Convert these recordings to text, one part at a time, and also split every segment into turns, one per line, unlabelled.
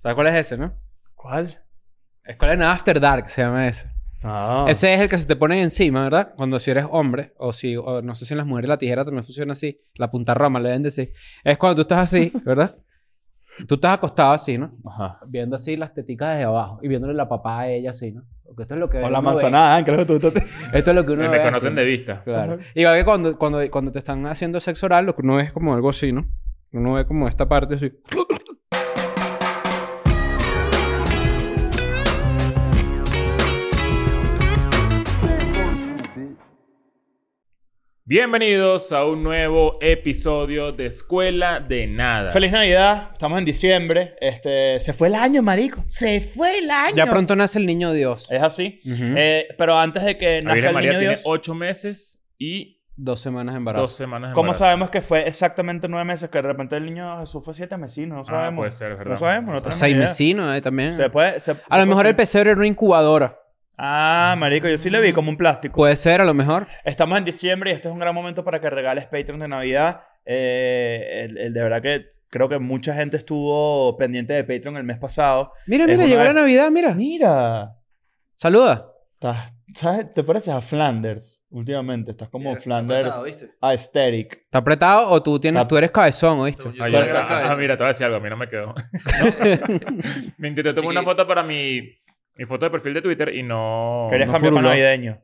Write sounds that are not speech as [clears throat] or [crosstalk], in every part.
¿Sabes cuál es ese, no?
¿Cuál?
Escuela de Nada After Dark se llama ese.
No.
Ah,
Ese es el que se te pone encima, ¿verdad? Cuando si eres hombre, o si, o no sé si en las mujeres la tijera también funciona así, la punta rama le deben decir. Es cuando tú estás
[laughs]
así, ¿verdad? tú estás acostado así, ¿no?
Ajá.
Viendo así las teticas desde abajo y viéndole la papá a ella así, ¿no? Porque esto es lo que.
O
uno
la
ve.
manzanada,
¿eh?
Ángel. tú- tú- tú-
Esto es lo que uno.
Me
ve
conocen
así.
de vista.
Claro. Igual que cuando, cuando, cuando te están haciendo sexo oral, lo que uno ve es como algo así, ¿no? Uno ve como esta parte así.
Bienvenidos a un nuevo episodio de Escuela de Nada.
[laughs] Feliz Navidad. Estamos en diciembre. Este, se fue el año, marico. Se fue el año.
Ya pronto nace el niño Dios.
Es así.
Ujú.
Eh, pero antes de que nazca
La Virgen
el
María
niño
tiene
Dios,
ocho meses y
Dos semanas de
dos
embarazo.
semanas de
¿cómo
embarazo.
sabemos que fue exactamente nueve meses? Que de repente el niño Jesús fue siete meses. No sabemos.
Ah, puede ser, es verdad. Ah,
No sabemos. No tenemos
Seis
idea.
mesino, eh, también.
Se puede. se-
A
se
lo mejor
puede-
el pesebre era una incubadora.
Ah, marico, yo sí le vi como un plástico.
Puede ser, a lo mejor.
Estamos en diciembre y este es un gran momento para que regales Patreon de Navidad. Eh, el, el de verdad que creo que mucha gente estuvo pendiente de Patreon el mes pasado.
Mira,
Es
mira,
una
llegó la
vez-
Navidad, mira.
Mira,
Saluda.
estás- ¿sabes? te pareces a Flanders últimamente. Estás como Flanders
apretado, ¿viste?
aesthetic.
¿Está apretado o tú, tienes,
Está-
tú eres cabezón, oíste?
Yo- yo
Ah, yo-
tengo
Pero-
la
ah,
cabeza.
ah, mira, te voy a decir algo. A mí no
[laughs]
me quedó. me intenté tomar una
Chiquito.
foto para mi, mi foto de perfil de Twitter y no...
Querías
no
cambiar para
furuló.
navideño.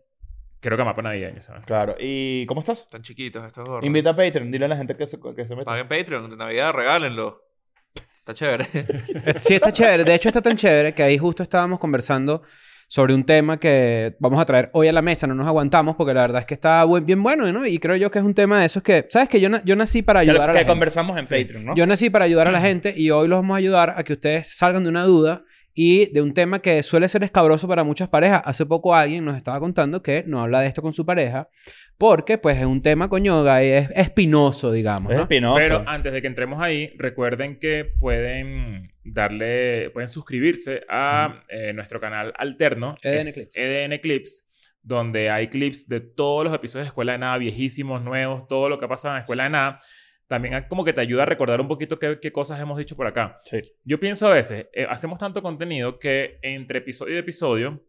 Creo que más para navideño, ¿sabes?
Claro. ¿Y cómo estás?
Están chiquitos estos gordos.
Invita a Patreon. Dile a la gente que se, que se meta.
Paguen Patreon de Navidad, regálenlo.
[laughs]
Está chévere.
Sí, está chévere. De hecho, está tan chévere que ahí justo estábamos conversando sobre un tema que vamos a traer hoy a la mesa. No nos aguantamos porque la verdad es que está buen- bien bueno, ¿no? Y creo yo que es un tema de esos que... ¿Sabes que Yo, na- yo nací para
Que,
ayudar a la
que
gente.
conversamos en Patreon, ¿no?
Yo nací para ayudar a la gente y hoy los vamos a ayudar a que ustedes salgan de una duda y de un tema que suele ser escabroso para muchas parejas. Hace poco alguien nos estaba contando que no habla de esto con su pareja porque pues es un tema coño, gay, es espinoso, digamos,
es
¿no?
espinoso.
Pero antes de que entremos ahí, recuerden que pueden darle, pueden suscribirse a eh, nuestro canal alterno,
EDN
es
E Clips.
EDN Clips, donde hay clips de todos los episodios de Escuela de Nada, viejísimos, nuevos, todo lo que ha pasado en Escuela de Nada. También hay- como que te ayuda a recordar un poquito qué, qué cosas hemos dicho por acá.
Sí.
Yo pienso a veces, eh, hacemos tanto contenido que entre episodio y episodio,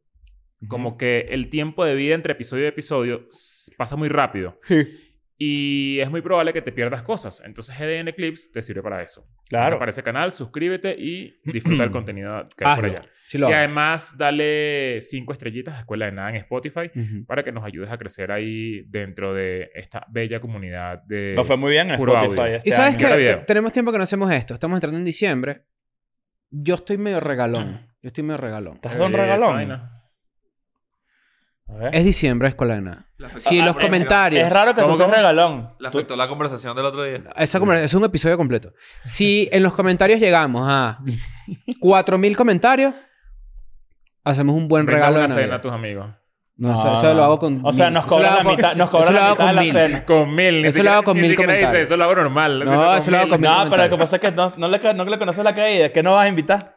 como que el tiempo de vida entre episodio y episodio s- pasa muy rápido. Y es muy probable que te pierdas cosas. Entonces, GDN Clips te sirve para eso.
Claro.
Para ese canal, suscríbete y disfruta el contenido que hay por
Hazlo.
allá.
Sí lo
Y
hago.
además, dale cinco estrellitas a Escuela de Nada en Spotify
Ujú.
para que nos ayudes a crecer ahí dentro de esta bella comunidad de...
Nos fue muy bien en
Puro
Spotify
audio.
este
Y sabes
año.
que
Yo la veo.
tenemos tiempo que no hacemos esto. Estamos entrando en diciembre. Yo estoy medio regalón. Yo estoy medio regalón.
¿Estás Don
de esa
Regalón?
vaina.
A ver.
Es diciembre, escuela de nada.
La afectó-
Si
Ah,
los
es-
comentarios...
Es raro que tú
¿Cómo,
estés
cómo?
regalón.
La
Tú-
afectó la conversación del otro día.
Esa conver- es un episodio completo. Si en los comentarios llegamos
[laughs]
a 4.000 comentarios, hacemos un buen
Brinda
regalo
una
de
cena
Navidad.
a tus amigos.
No, eso,
No,
eso
no.
lo hago con...
O sea,
mil.
nos
Eso lo
cobran la
hago con-
mitad, nos
eso
cobran
lo
la
hago
mitad de
con
la
mil.
cena.
Con mil. Ni
Eso lo
siquiera,
hago con
ni
mil
siquiera dice,
comentarios.
eso lo hago normal.
No, eso lo hago con mil.
No, pero lo que
comentarios.
pasa es que no, no le, no le conoces la caída. ¿Qué no vas a invitar?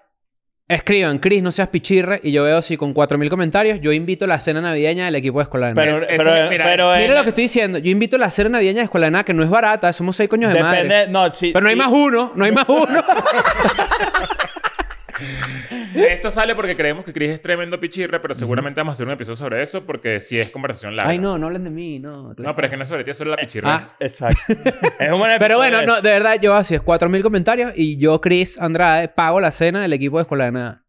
Escriban, Chris, no seas pichirre. Y yo veo si con 4.000 comentarios yo invito la cena navideña del equipo de Escuela de Nada.
Pero,
Es-
pero,
es- mira,
pero,
Mira
eh,
lo que estoy diciendo. Yo invito la cena navideña de Escuela de Nada, que no es barata. Somos seis coños de
Depende,
madre.
no, sí.
Pero no hay
sí.
más uno. No hay más
[laughs]
uno.
Esto sale porque creemos que Chris es tremendo pichirre, pero seguramente vamos a hacer un episodio sobre eso porque sí es conversación larga.
Ay, no, no hablen de mí. No,
No, pero es que no es sobre ti, es sobre la pichirra.
Ah.
[laughs]
[laughs]
Exacto. es un buen episodio
Pero bueno,
ese.
no, de verdad, yo así es 4.000 comentarios y yo, Chris Andrade, pago la cena del equipo de Escuela de Nada.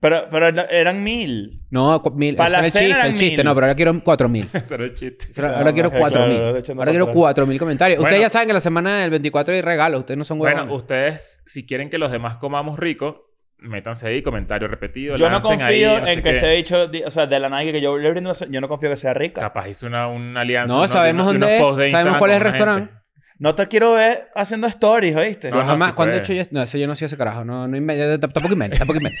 Pero, pero no- eran mil.
No, cu- mil.
Para
ese
la
es el
cena
chiste,
eran
el chiste.
mil.
No, pero ahora quiero
[laughs]
4.000.
Ese era el chiste.
Ahora-
Claro,
Ahora quiero
claro,
4.000.
claro, echando
Ahora
para
quiero
atrás.
4.000 comentarios.
Bueno.
Ustedes ya saben que la semana del 24 hay regalos. Ustedes no son huevones.
Bueno, ustedes, si quieren que los demás comamos rico, métanse ahí, comentario repetido.
Yo no
lancen
confío
ahí, no sé
en que
qué.
este bicho, di- o sea, de la Nike que yo le brindo, una ce- yo no confío que sea rica.
Capaz hizo una, una alianza.
No,
unos-
sabemos
unos-
dónde
unos
es,
posts de
sabemos
Instagram
cuál es
con
el
una gente.
No te quiero ver haciendo stories, ¿oíste?
Yo
No, no,
jamás,
sí
cuando he
puede.
hecho yo... No, ese yo no hacía ese carajo. No, no invento. Tampoco invento, tampoco
[laughs]
invento.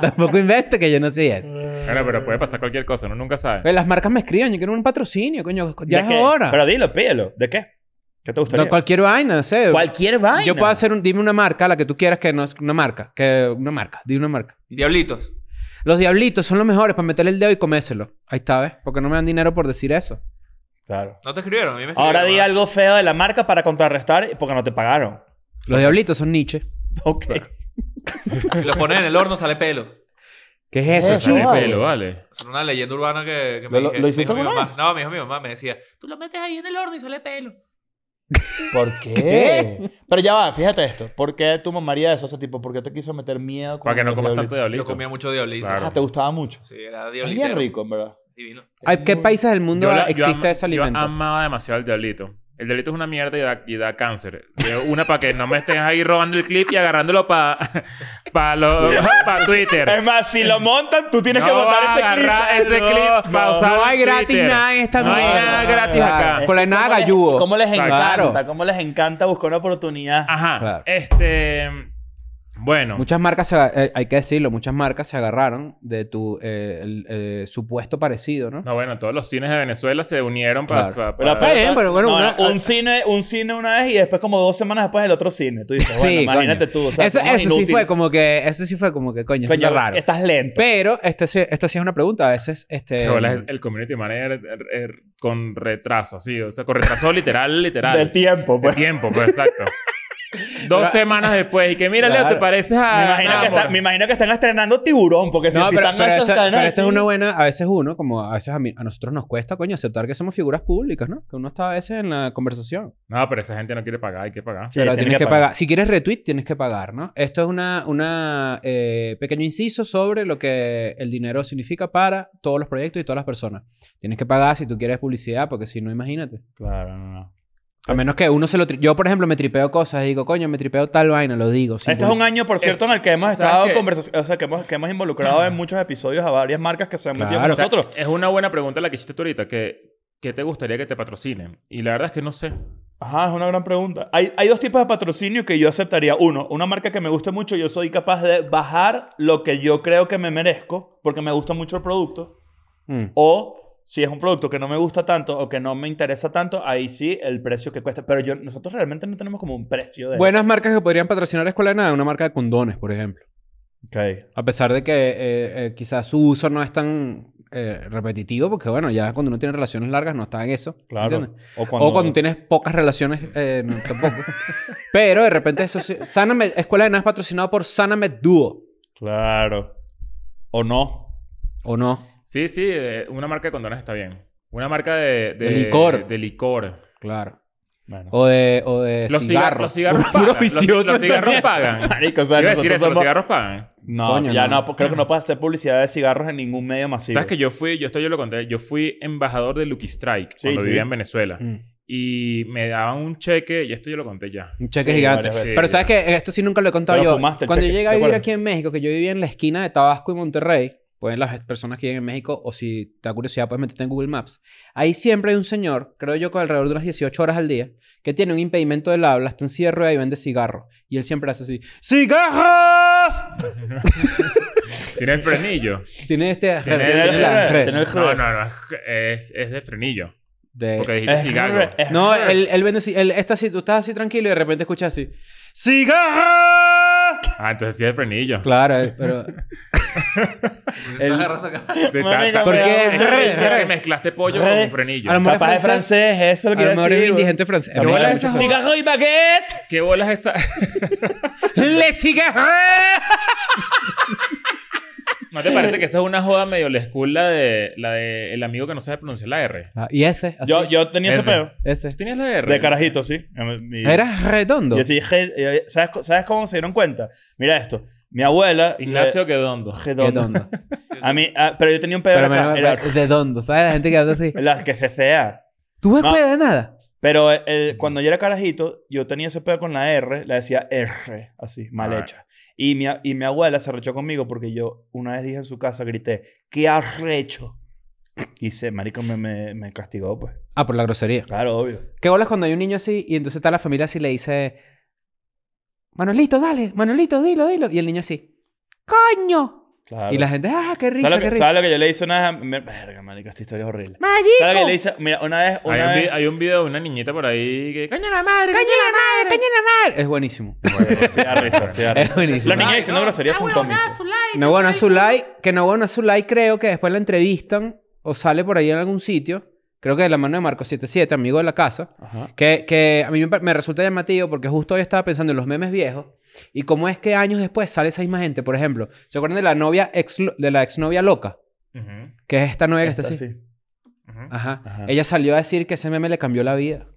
tampoco invento que yo no soy eso.
Bueno, pero puede pasar cualquier cosa, uno nunca sabe.
Oye, Las marcas me escriben. Yo quiero un patrocinio, coño. Ya
¿De
es
qué?
hora.
Pero dilo, pídelo. ¿De qué? ¿Qué te gustaría?
No, cualquier vaina, no sé.
Cualquier vaina.
Yo puedo hacer un, dime una marca, la que tú quieras que no es una marca, que una marca, dime una marca.
Diablitos.
Los diablitos son los mejores para meterle el dedo y coméselo. Ahí está, ¿ves? Porque no me dan dinero por decir eso.
Claro.
No te escribieron, a mí me escribieron.
Ahora di
¿no?
algo feo de la marca para contrarrestar porque no te pagaron. [laughs]
Los diablitos son Nietzsche.
Ok.
Si los pones en el horno sale pelo.
¿Qué es eso,
Eso,
chico?
Sale
vale.
pelo, vale.
Es una leyenda urbana que, que
¿Lo-
me
lo-
dije-
lo hiciste
dijo mi
alguna
mamá.
vez?
No, me dijo mi mamá, me decía, tú lo metes ahí en el horno y sale pelo.
[laughs]
¿Por qué? Pero ya va, fíjate esto. ¿Por qué tu mamá haría eso? O sea, tipo, ¿por qué te quiso meter miedo? con
Para que no
los
comas tanto
diablitos?
diablito.
Yo comía mucho diablito.
Claro.
Ah, te gustaba mucho.
Sí, era
Es
diablito.
bien rico, en verdad.
Divino.
¿A qué
Muy-
países del mundo
Yo la- yo
existe
am-
ese alimento?
Yo amaba demasiado el diablito. El diablito es una mierda y da, y da cáncer. Yo una para que no me estés ahí robando el clip y agarrándolo para [laughs] pa lo- pa Twitter.
Es más, si [laughs] lo montan, tú Em, tienes
No
que
va a
botar ese
agarrar
clip.
ese clip para usar
No hay
en
gratis
Twitter.
nada en esta
No hay
mierda.
nada gratis
Claro.
acá.
Por la nada galludo.
¿Cómo les encanta?
Claro.
¿Cómo les encanta buscar una oportunidad?
Ajá.
Claro.
Este. Bueno.
Muchas marcas, se aga- eh, hay que decirlo, muchas marcas se agarraron de tu eh, el, eh, supuesto parecido, ¿no?
No, bueno, todos los cines de Venezuela se unieron para.
Claro.
para-
Pero,
para-
Está bien, pero bueno,
no,
una-
no, un, cine, un cine una vez y después como dos semanas después el otro cine. Tú dices, bueno,
Sí,
imagínate tú. O sea,
eso
somos
eso sí
inútiles.
fue como que, eso sí fue como que, coño, eso
Coño,
está raro.
Estás lento.
Pero este, sí- esto sí es una pregunta. A veces, este...
Que bolas es el community manager er, er, con retraso, así. O sea, con retraso literal, literal.
Del [laughs] tiempo,
De
pues.
tiempo,
[laughs]
pues, exacto. Dos
Pero-
semanas después. Y que, mira, Leo,
Claro.
te pareces a...
Me imagino,
Ah,
que está-
bueno.
me imagino que están estrenando tiburón, porque si,
No,
si
pero,
están
pero
esas
esta,
cadenas
pero
de
esta es
cine-
una buena... A veces uno, como a veces a, mí- a nosotros nos cuesta, coño, aceptar que somos figuras públicas, ¿no? Que uno está a veces en la conversación.
No, pero esa gente no quiere pagar. Hay que pagar.
Sí,
pero
tienen
tienes que pagar. Si quieres retweet, tienes que pagar, ¿no? Esto es una, una eh, pequeño inciso sobre lo que el dinero significa para todos los proyectos y todas las personas. Tienes que pagar si tú quieres publicidad, porque si no, imagínate.
Claro, no, no.
A menos que uno se lo... tri- Yo, por ejemplo, me tripeo cosas y digo, coño, me tripeo tal vaina, lo digo. sin
Este es un año, por cierto, en el que hemos
¿sabes
estado
qué?
conversaciones, o sea, que hemos, que hemos involucrado en muchos episodios a varias marcas que se han metido
Claro.
con nosotros.
Es una buena pregunta la que hiciste tú ahorita. Que, ¿Qué te gustaría que te patrocinen? Y la verdad es que no sé.
Ajá, es una gran pregunta. Hay, hay dos tipos de patrocinio que yo aceptaría. Uno, una marca que me gusta mucho, yo soy capaz de bajar lo que yo creo que me merezco, porque me gusta mucho el producto.
Mm.
O si es un producto que no me gusta tanto o que no me interesa tanto, ahí sí el precio que cuesta. Pero yo, nosotros realmente no tenemos como un precio de
Pues.
eso.
Buenas marcas que podrían patrocinar Escuela de Nada, una marca de condones, por ejemplo.
Ok.
A pesar de que eh, eh, quizás su uso no es tan eh, repetitivo, porque bueno, ya cuando uno tiene relaciones largas no está en eso.
Claro.
¿entiendes?
O cuando,
O cuando tienes pocas relaciones, eh, no, tampoco.
[laughs]
Pero de repente eso sí. Sanamed- Escuela de Nada es patrocinado por Sanamed Duo.
Claro. O no.
¿O no?
Sí, sí. eh, Una marca de condones está bien. Una marca de...
De licor.
De licor.
Claro.
Bueno.
O de, o de
Los cigarros.
cigarros.
Los
[laughs] Puro
cigarros pagan. Los,
vicioso
los
[laughs]
cigarros
también.
pagan.
Marico, o sea,
Quiero decir
nosotros
eso. Los
somos-
cigarros pagan.
No,
Coño,
ya
no.
no. creo que no puedes hacer publicidad de cigarros en ningún medio masivo.
¿Sabes que yo fui... Yo esto yo lo conté. Yo fui embajador de Lucky Strike
Sí,
cuando
sí.
vivía en Venezuela.
Mm.
Y me daban un cheque... Y esto yo lo conté ya.
Un cheque
Sí,
gigante.
varias veces.
Pero sabes que esto sí nunca lo he contado
Te lo
yo.
fumaste el
Cuando
cheque,
yo llegué a
¿te
vivir
acuerdas?
aquí en México, que yo vivía en la esquina de Tabasco y Monterrey, pueden las personas que viven en México, o si te da curiosidad, puedes meterte en Google Maps. Ahí siempre hay un señor, creo yo, con alrededor de unas 18 horas al día, que tiene un impedimento del habla, está en silla de ruedas y vende cigarro. Y él siempre hace así: ¡Cigarro!
Tiene el frenillo.
Tiene este.
Tiene
tiene
el-
la-
tiene
re-
[laughs] el- Es
No,
joder.
no, no. Es, es de frenillo.
de-
Porque dijiste cigarro.
es-
No, él, él vende. ci- Él está así, tú estás así tranquilo y de repente escuchas así: ¡Cigarro!
Ah, entonces sí es de frenillo.
Claro, él- [laughs] pero.
Estás agarrando acá.
Marico,
Sí, está- está-
¿Por qué?
es
Re,
que
re.
me- mezclaste pollo
Re.
con un frenillo.
A lo mejor-
Capaz
es
es francés, eso
A
lo que
lo mejor
decir.
es
güey.
indigente francés.
Pero
También
bolas
hay
esas
muchas- ¡Cigarro y baguette!
¿Qué bolas esa? [laughs]
¡Le cigarro!
¿No te parece que esa es una joda medio la school la de la de el amigo que no sabe pronunciar la R?
Ah, y ese, así,
Yo, yo tenía ese
Ese.
peo.
ese.
¿Tú tenías la R?
De carajito, sí. Eh, Mi-
Eras redondo.
Yo sí, je- eh, ¿sabes, co- ¿sabes cómo se dieron cuenta? Mira esto. Mi abuela...
Ignacio Quedondo.
le- redondo.
Redondo.
A mí... ah, [laughs] pero yo tenía un peor
Pero
acá.
menos
Era
redondo. ¿Sabes? La gente que habla así.
las que se sea.
¿Tú no
No.
escuelas de nada?
Pero el- el- cuando yo era carajito, yo tenía ese pedo con la R, la decía R, así, mal
Ah.
hecha. Y mi, a- y mi abuela se rechó conmigo porque yo una vez dije en su casa, grité, ¿qué arrecho? Y se, marico, me, me, me castigó, pues.
Ah, por la grosería.
Claro, obvio.
¿Qué bolas cuando hay un niño así y entonces está la familia así y le dice... Manolito, dale. Manolito, dilo, dilo. Y el niño así... ¡Coño!
Claro.
Y la gente... ¡Ah, qué risa,
¿Sabes,
qué
lo que,
risa!
¿Sabes lo que yo le hice una vez? a- me- Verga, marico, esta historia es horrible. ¿Sabes lo que le
¡Mallito!
hice? Mira, una vez,
Hay
una
un, vi-
vez...
hay un video de una niñita por ahí que... ¡Coño la madre!
¡Caña la madre! ¡Caña la madre! Es buenísimo.
Bueno, [laughs] sí da risa, sí da
Es [laughs]
risa.
buenísimo.
Los niños diciendo
no.
groserías son cómicos.
No, bueno, Zulay, que no, bueno, Zulay creo que después la entrevistan o sale por ahí en algún sitio creo que de la mano de Marco77, amigo de la casa,
Ajá.
que, que a mí me, pa- me resulta llamativo porque justo hoy estaba pensando en los memes viejos y cómo es que años después sale esa misma gente. Por ejemplo, ¿se acuerdan de la novia ex, de la exnovia loca?
Ujú,
Que es esta novia que está
Está
así.
así.
ujú.
Ajá.
Ajá.
Ella salió a decir que ese meme le cambió la vida.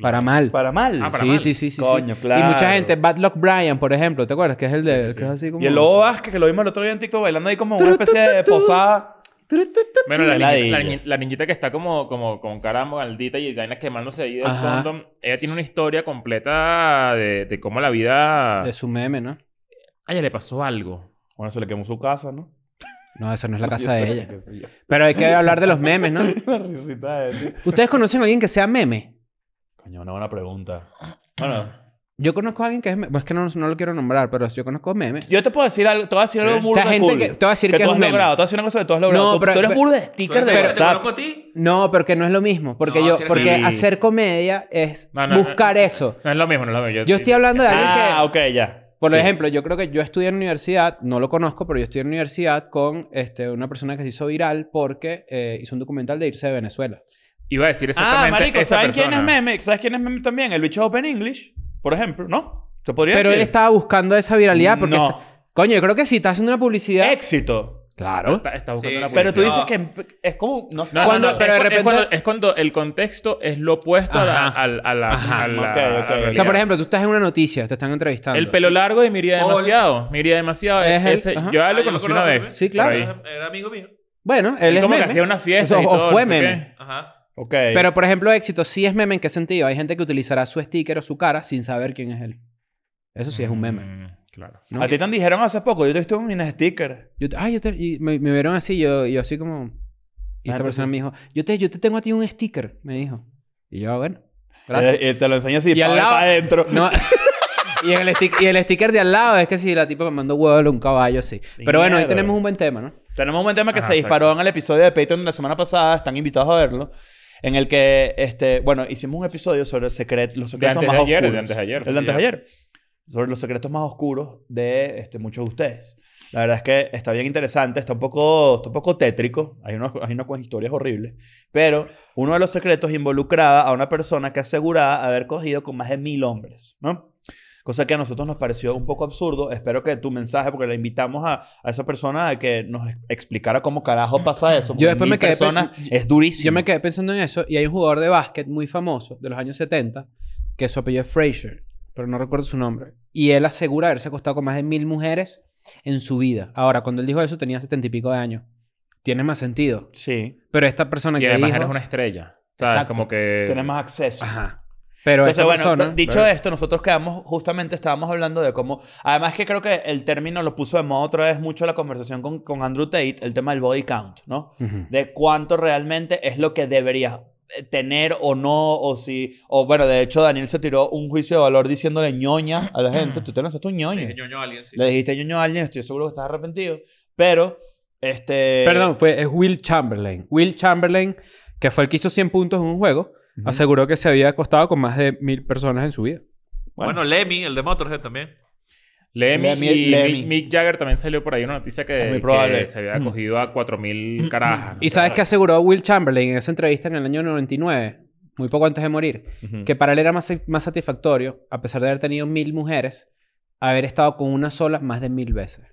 Para mal.
Para mal.
Ah, para
sí,
mal.
sí, sí, sí, sí.
Coño, claro.
Y mucha gente, Bad Luck Brian, por ejemplo, ¿te acuerdas? Que es el de.
Sí, sí, sí.
que es así como-
Y el Lobo Vázquez, que lo vimos el otro día en TikTok bailando ahí como una especie de posada.
Tru, tu, tu.
Bueno, la,
La
niñita, la,
de
niñi- la niñita que está como, como con cara maldita y vaina quemándose ahí de
Ajá.
fondo. Ella tiene una historia completa de, de cómo la vida...
De su meme, ¿no?
A ella le pasó algo.
Bueno, se le quemó su casa, ¿no? [laughs]
No, esa no es la casa de
Yo sé,
ella.
qué sé yo.
Pero [laughs] hay que hablar de los memes, ¿no?
La risita de ti.
¿Ustedes conocen a alguien que sea meme?
Coño, una buena pregunta. Bueno,
Yo conozco a alguien que es meme. Bueno, es que no, no lo quiero nombrar, pero yo conozco memes.
yo te puedo decir algo, te voy a decir algo
Sí.
O
burda
sea, gente
cool,
que- te voy a decir que
tú
es un
has
meme.
logrado, te voy a decir una cosa que tú has logrado.
No,
tú,
pero-
tú eres
pero-
burda de sticker de
Pero- ¿Te
WhatsApp.
conozco a ti?
No, pero que no es lo mismo. Porque
No,
yo,
sí es
porque
meme.
hacer comedia es
No, no,
buscar
no.
eso.
No es lo mismo, no es lo mismo.
Yo estoy hablando de alguien que.
Ah, ok, ya.
Por
Sí.
ejemplo, yo creo que yo estudié en la universidad, no lo conozco, pero yo estudié en la universidad con este, una persona que se hizo viral porque eh, hizo un documental de irse de Venezuela.
Iba a decir
Ah,
exactamente
marico,
esa
¿sabes quién es
persona.
meme? ¿Sabes quién es meme también? El bicho Open English, por ejemplo, ¿no? ¿Te podría
Pero él
decir?
estaba buscando esa viralidad porque...
No.
está- Coño, yo creo que si está haciendo una publicidad...
Éxito.
Claro.
Está, está buscando
Sí,
la
sí.
Pero tú
publicidad.
dices
No.
que es como... No,
No, no,
Cuando-
no,
pero
es
de
cu- es
repente-
cuando, es cuando el contexto es lo opuesto a la,
Ajá.
al- a la,
Ajá.
a la-
Ok, ok.
a la
O sea, por
realidad.
ejemplo, tú estás en una noticia, te están entrevistando.
El pelo largo y miría
Ol-
demasiado. Miría demasiado.
Es el-
Ese-
ajá.
yo ya
Ah,
lo
yo
conocí
lo
una
conozco,
vez.
sí, claro.
por ahí.
Era era amigo mío.
Bueno, él
Y
es
como
meme.
que hacía una fiesta.
O-
y
o
todo,
fue
no sé
meme.
qué.
Ajá.
Ok.
Pero, por ejemplo, éxito sí es meme en qué sentido. Hay gente que utilizará su sticker o su cara sin saber quién es él. Eso sí es un meme.
Mm, claro.
¿no?
A ti te dijeron hace poco, yo te estoy en un sticker.
Yo te- ah, yo te- y me, me vieron así, yo, yo así como... Y
Ah,
esta
entonces-
persona me dijo, yo te, yo te tengo a ti un sticker, me dijo. Y yo, ah, bueno,
Eh,
gracias.
Y te lo enseño así,
Y al
para
lado-
adentro.
No. [laughs] y, el stick- y el sticker de al lado es que si la tipa me mandó huevo un caballo así. Pero bueno, hoy
Mierda.
tenemos un buen tema, ¿no?
Tenemos un buen tema que
Ajá,
se disparó en el episodio de Patreon de la semana pasada. Están invitados a verlo. En el que, este, bueno, hicimos un episodio sobre el secret- los secretos
antes
más
de ayer,
oscuros.
de antes de ayer.
El de antes de ayer. Sobre los secretos más oscuros de este, muchos de ustedes. La verdad es que está bien interesante, está un poco, está un poco tétrico. Hay, unos, hay unas cuantas historias horribles. Pero uno de los secretos involucraba a una persona que aseguraba haber cogido con más de mil hombres, ¿no? Cosa que a nosotros nos pareció un poco absurdo. Espero que tu mensaje, porque le invitamos a, a esa persona a que nos ex- explicara cómo carajo pasa eso. porque
Yo después
mil
me quedé pe-
personas es durísimo.
Yo me quedé pensando en eso y hay un jugador de básquet muy famoso de los años 70 que su apellido es Frazier, pero no recuerdo su nombre. Y él asegura haberse acostado con más de mil mujeres en su vida. Ahora, cuando él dijo eso tenía setenta y pico de años. Tiene más sentido.
Sí,
Pero esta persona
Y
que
además
dijo...
eres una estrella. O sea,
Exacto.
como que...
tienes más acceso.
Ajá. Pero
Entonces,
esa
bueno,
persona...
d- dicho esto, nosotros quedamos, justamente estábamos hablando de cómo, además que creo que el término lo puso de moda otra vez mucho la conversación con, con Andrew Tate, el tema del body count, ¿no?
Ujú.
de cuánto realmente es lo que deberías eh, tener o no, o si, o bueno, de hecho Daniel se tiró un juicio de valor diciéndole ñoña a
[clears throat]
la gente, tú te lanzaste un
Le
ñoño,
dije ñoño a alguien, sí.
le dijiste ñoño a alguien, estoy seguro que estás arrepentido, pero, este...
Perdón, fue, es Will Chamberlain. Will Chamberlain, que fue el que hizo 100 puntos en un juego,
Ujú.
aseguró que se había acostado con más de mil personas en su vida.
Bueno.
Bueno, Lemmy, el de Motorhead también.
Lemmy,
Lemmy-
y
Lemmy.
Mick, Mick Jagger también salió por ahí una noticia
Es
que,
muy probable. Mm.
que se había cogido a 4.000 carajas.
Y sabes que aseguró Will Chamberlain en esa entrevista en el año 99, muy poco antes de morir,
Ujú.
que para él era más, más satisfactorio, a pesar de haber tenido mil mujeres, haber estado con una sola más de mil veces.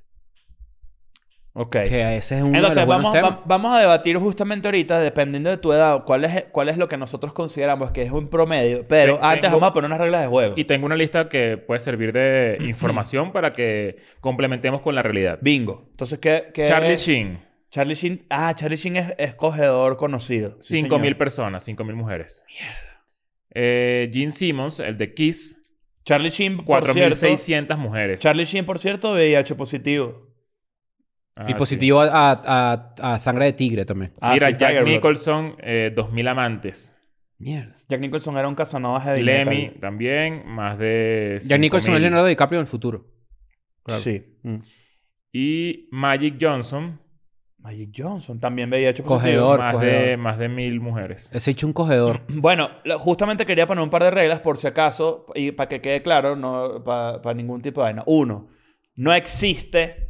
Ok.
Que ese es uno de
Entonces,
los buenos
vamos,
temas.
va- vamos a debatir justamente ahorita, dependiendo de tu edad, cuál es, cuál es lo que nosotros consideramos que es un promedio, pero
Te-
antes
tengo-
vamos a poner unas reglas de juego.
Y tengo una lista que puede servir de
Mm.
información para que complementemos con la realidad.
Bingo. Entonces, ¿qué? qué-
Charlie Sheen,
Charlie Sheen. Ah, Charlie Sheen es, es cogedor conocido. Sí,
5.000
señor.
personas, 5.000 mujeres. Eh, Gene Simmons, el de Kiss,
Charlie Sheen, por cierto-
4.600 mujeres.
Charlie Sheen, por cierto, VIH positivo.
Ah,
y
sí.
positivo a, a- a- a sangre de tigre también.
Ah,
Mira,
sí, Tiger
Jack
Blood.
Nicholson, eh, 2.000 amantes.
Mierda.
Jack Nicholson era un Casanova heavy
Lemmy
metal.
también, más de.
Jack Nicholson es
5.000.
Leonardo DiCaprio en el futuro. Claro.
Sí.
Mm.
Y Magic Johnson,
Magic Johnson también VIH positivo.
Cogedor.
más, De,
cogedor.
más de mil
Eh,
mujeres.
Ese hecho un cogedor.
Bueno, lo- justamente quería poner un par de reglas por si acaso y para que quede claro, no para ningún tipo de vaina. Uno, no existe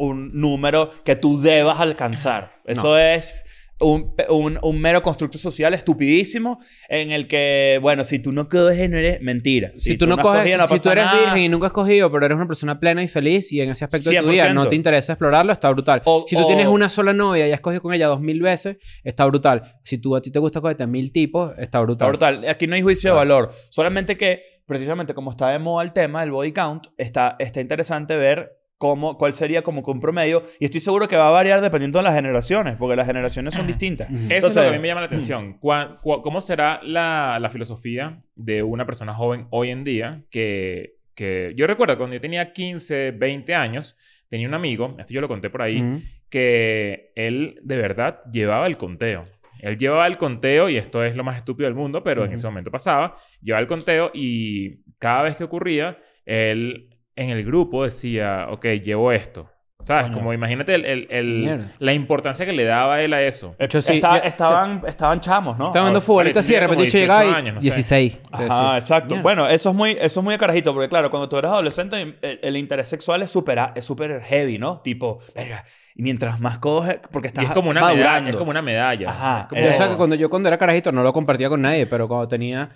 un número que tú debas alcanzar. Eso es un, pe- un- un mero constructo social estupidísimo en el que, bueno, si tú no coges, no eres mentira.
Si, tú no
has
coges,
cogido, no
si tú
pasa
eres
nada.
virgen y nunca has cogido, pero eres una persona plena y feliz y en ese aspecto de tu vida
100%.
no te interesa explorarlo, está brutal.
O-
si tú
o-
tienes una sola novia y has cogido con ella dos mil veces, está brutal. Si tú a ti te gusta cogerte a mil tipos, está
Está
brutal.
brutal. Aquí no hay juicio
Claro.
de valor. Solamente que, precisamente como está de moda el tema del body count, está, está interesante ver cómo, cuál sería como que un promedio. Y estoy seguro que va a variar dependiendo de las generaciones, porque las generaciones son distintas.
Ujú.
Eso es
Entonces-
lo que a mí me llama la atención. Cuá- cuá- ¿Cómo será la, la filosofía de una persona joven hoy en día que, que... Yo recuerdo cuando yo tenía 15, 20 años, tenía un amigo, esto yo lo conté por ahí,
Ujú.
que él de verdad llevaba el conteo. Él llevaba el conteo, y esto es lo más estúpido del mundo, pero en
Ujú.
ese momento pasaba, llevaba el conteo y cada vez que ocurría, él en el grupo decía, ok, llevo esto. ¿Sabes?
Coño.
Como imagínate el- el- el-
Mierda.
la importancia que le daba él a eso.
Eh,
Yo sí,
está-
yo-
estaban, estaban chamos, ¿no?
Estaba
Ahora-
dando futbolista
vale,
así, de
tenía como
repente
18
llegaba y
años, no sé.
16. te
Ajá,
decía.
exacto.
Mierda.
Bueno, eso es muy, eso es muy de carajito, porque claro, cuando tú eres adolescente, el, el interés sexual es súper es súper heavy, ¿no? Tipo, verga, y mientras más coges, porque
Y
estás
es como una medalla.
madurando.
Es como una medalla.
Ajá. eh,
Es como-
Yo sé que cuando yo cuando era carajito no lo compartía con nadie, pero cuando tenía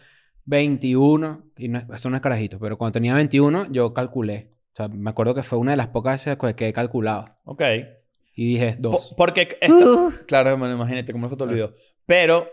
21, y no, es- eso no es carajito, pero cuando tenía 21 yo calculé. O sea, me acuerdo que fue una de las pocas veces que he calculado.
Ok.
Y dije
Po-
dos.
porque, esta- claro, bueno, imagínate cómo se te olvidó. Pero,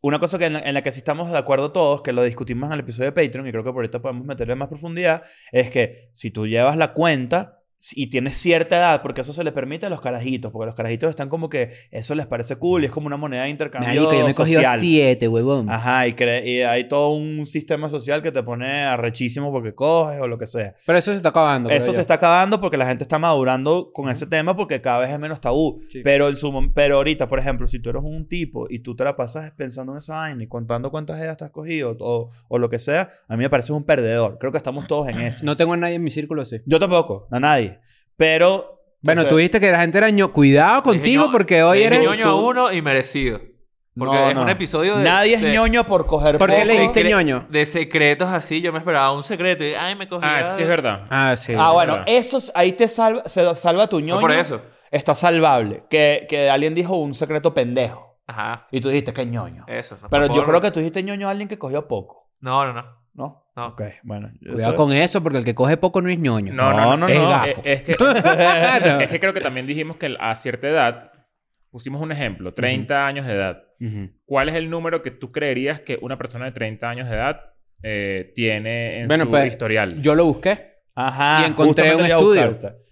una cosa que en, la, en la que sí estamos de acuerdo todos, que lo discutimos en el episodio de Patreon, y creo que por ahorita podemos meterle más profundidad, es que si tú llevas la cuenta y tienes cierta edad, porque eso se le permite a los carajitos, porque los carajitos están como que eso les parece cool y es como una moneda de intercambio
Marico, yo me he cogido
social.
siete, huevón.
Ajá, y, cre- y hay todo un sistema social que te pone arrechísimo porque coges o lo que sea.
Pero eso se está acabando. creo yo.
Eso se está acabando porque la gente está madurando con ese tema porque cada vez es menos tabú.
Sí.
Pero, en su, mom- pero ahorita, por ejemplo, si tú eres un tipo y tú te la pasas pensando en esa vaina y contando cuántas edades has cogido o, o lo que sea, a mí me pareces un perdedor. Creo que estamos todos en
[laughs]
eso.
No tengo a nadie en mi círculo así.
Yo tampoco, a nadie. Pero...
Bueno,
o sea,
tú dijiste que la gente era ño. Cuidado contigo
ño-
porque hoy
le
eres...
dije
ñoño a uno y merecido. Porque
No,
es
no.
un episodio de...
Nadie es
de-
ñoño por coger
¿Por qué
poco.
le dijiste
cre-
ñoño?
De secretos así. Yo me esperaba un secreto y... Ay, me cogí
Ah,
a-
eso sí es verdad.
Ah, sí.
Ah, bueno,
verdad.
eso, ahí te salva, se salva tu ñoño.
Fue por eso.
está salvable. Que, que alguien dijo un secreto pendejo.
Ajá.
Y tú dijiste que ñoño.
Eso. no fue
Pero yo
Eh, por-
creo que tú dijiste ñoño a alguien que cogió poco,
No, no, no.
¿no?
No.
Ok, bueno. yo
Cuidado
estoy-
con eso porque el que coge poco no es ñoño. [laughs]
No,
No,
no, no.
no,
es,
no.
gafo. es que, [laughs]
No.
es que creo que también dijimos que a cierta edad, pusimos un ejemplo, 30 años de edad.
Ujú.
¿Cuál es el número que tú creerías que una persona de 30 años de edad eh, tiene en
Bueno,
su
pues,
historial?
Yo lo busqué.
Ajá.
Y encontré
justamente
un
lo iba a buscar
estudio.
ahorita.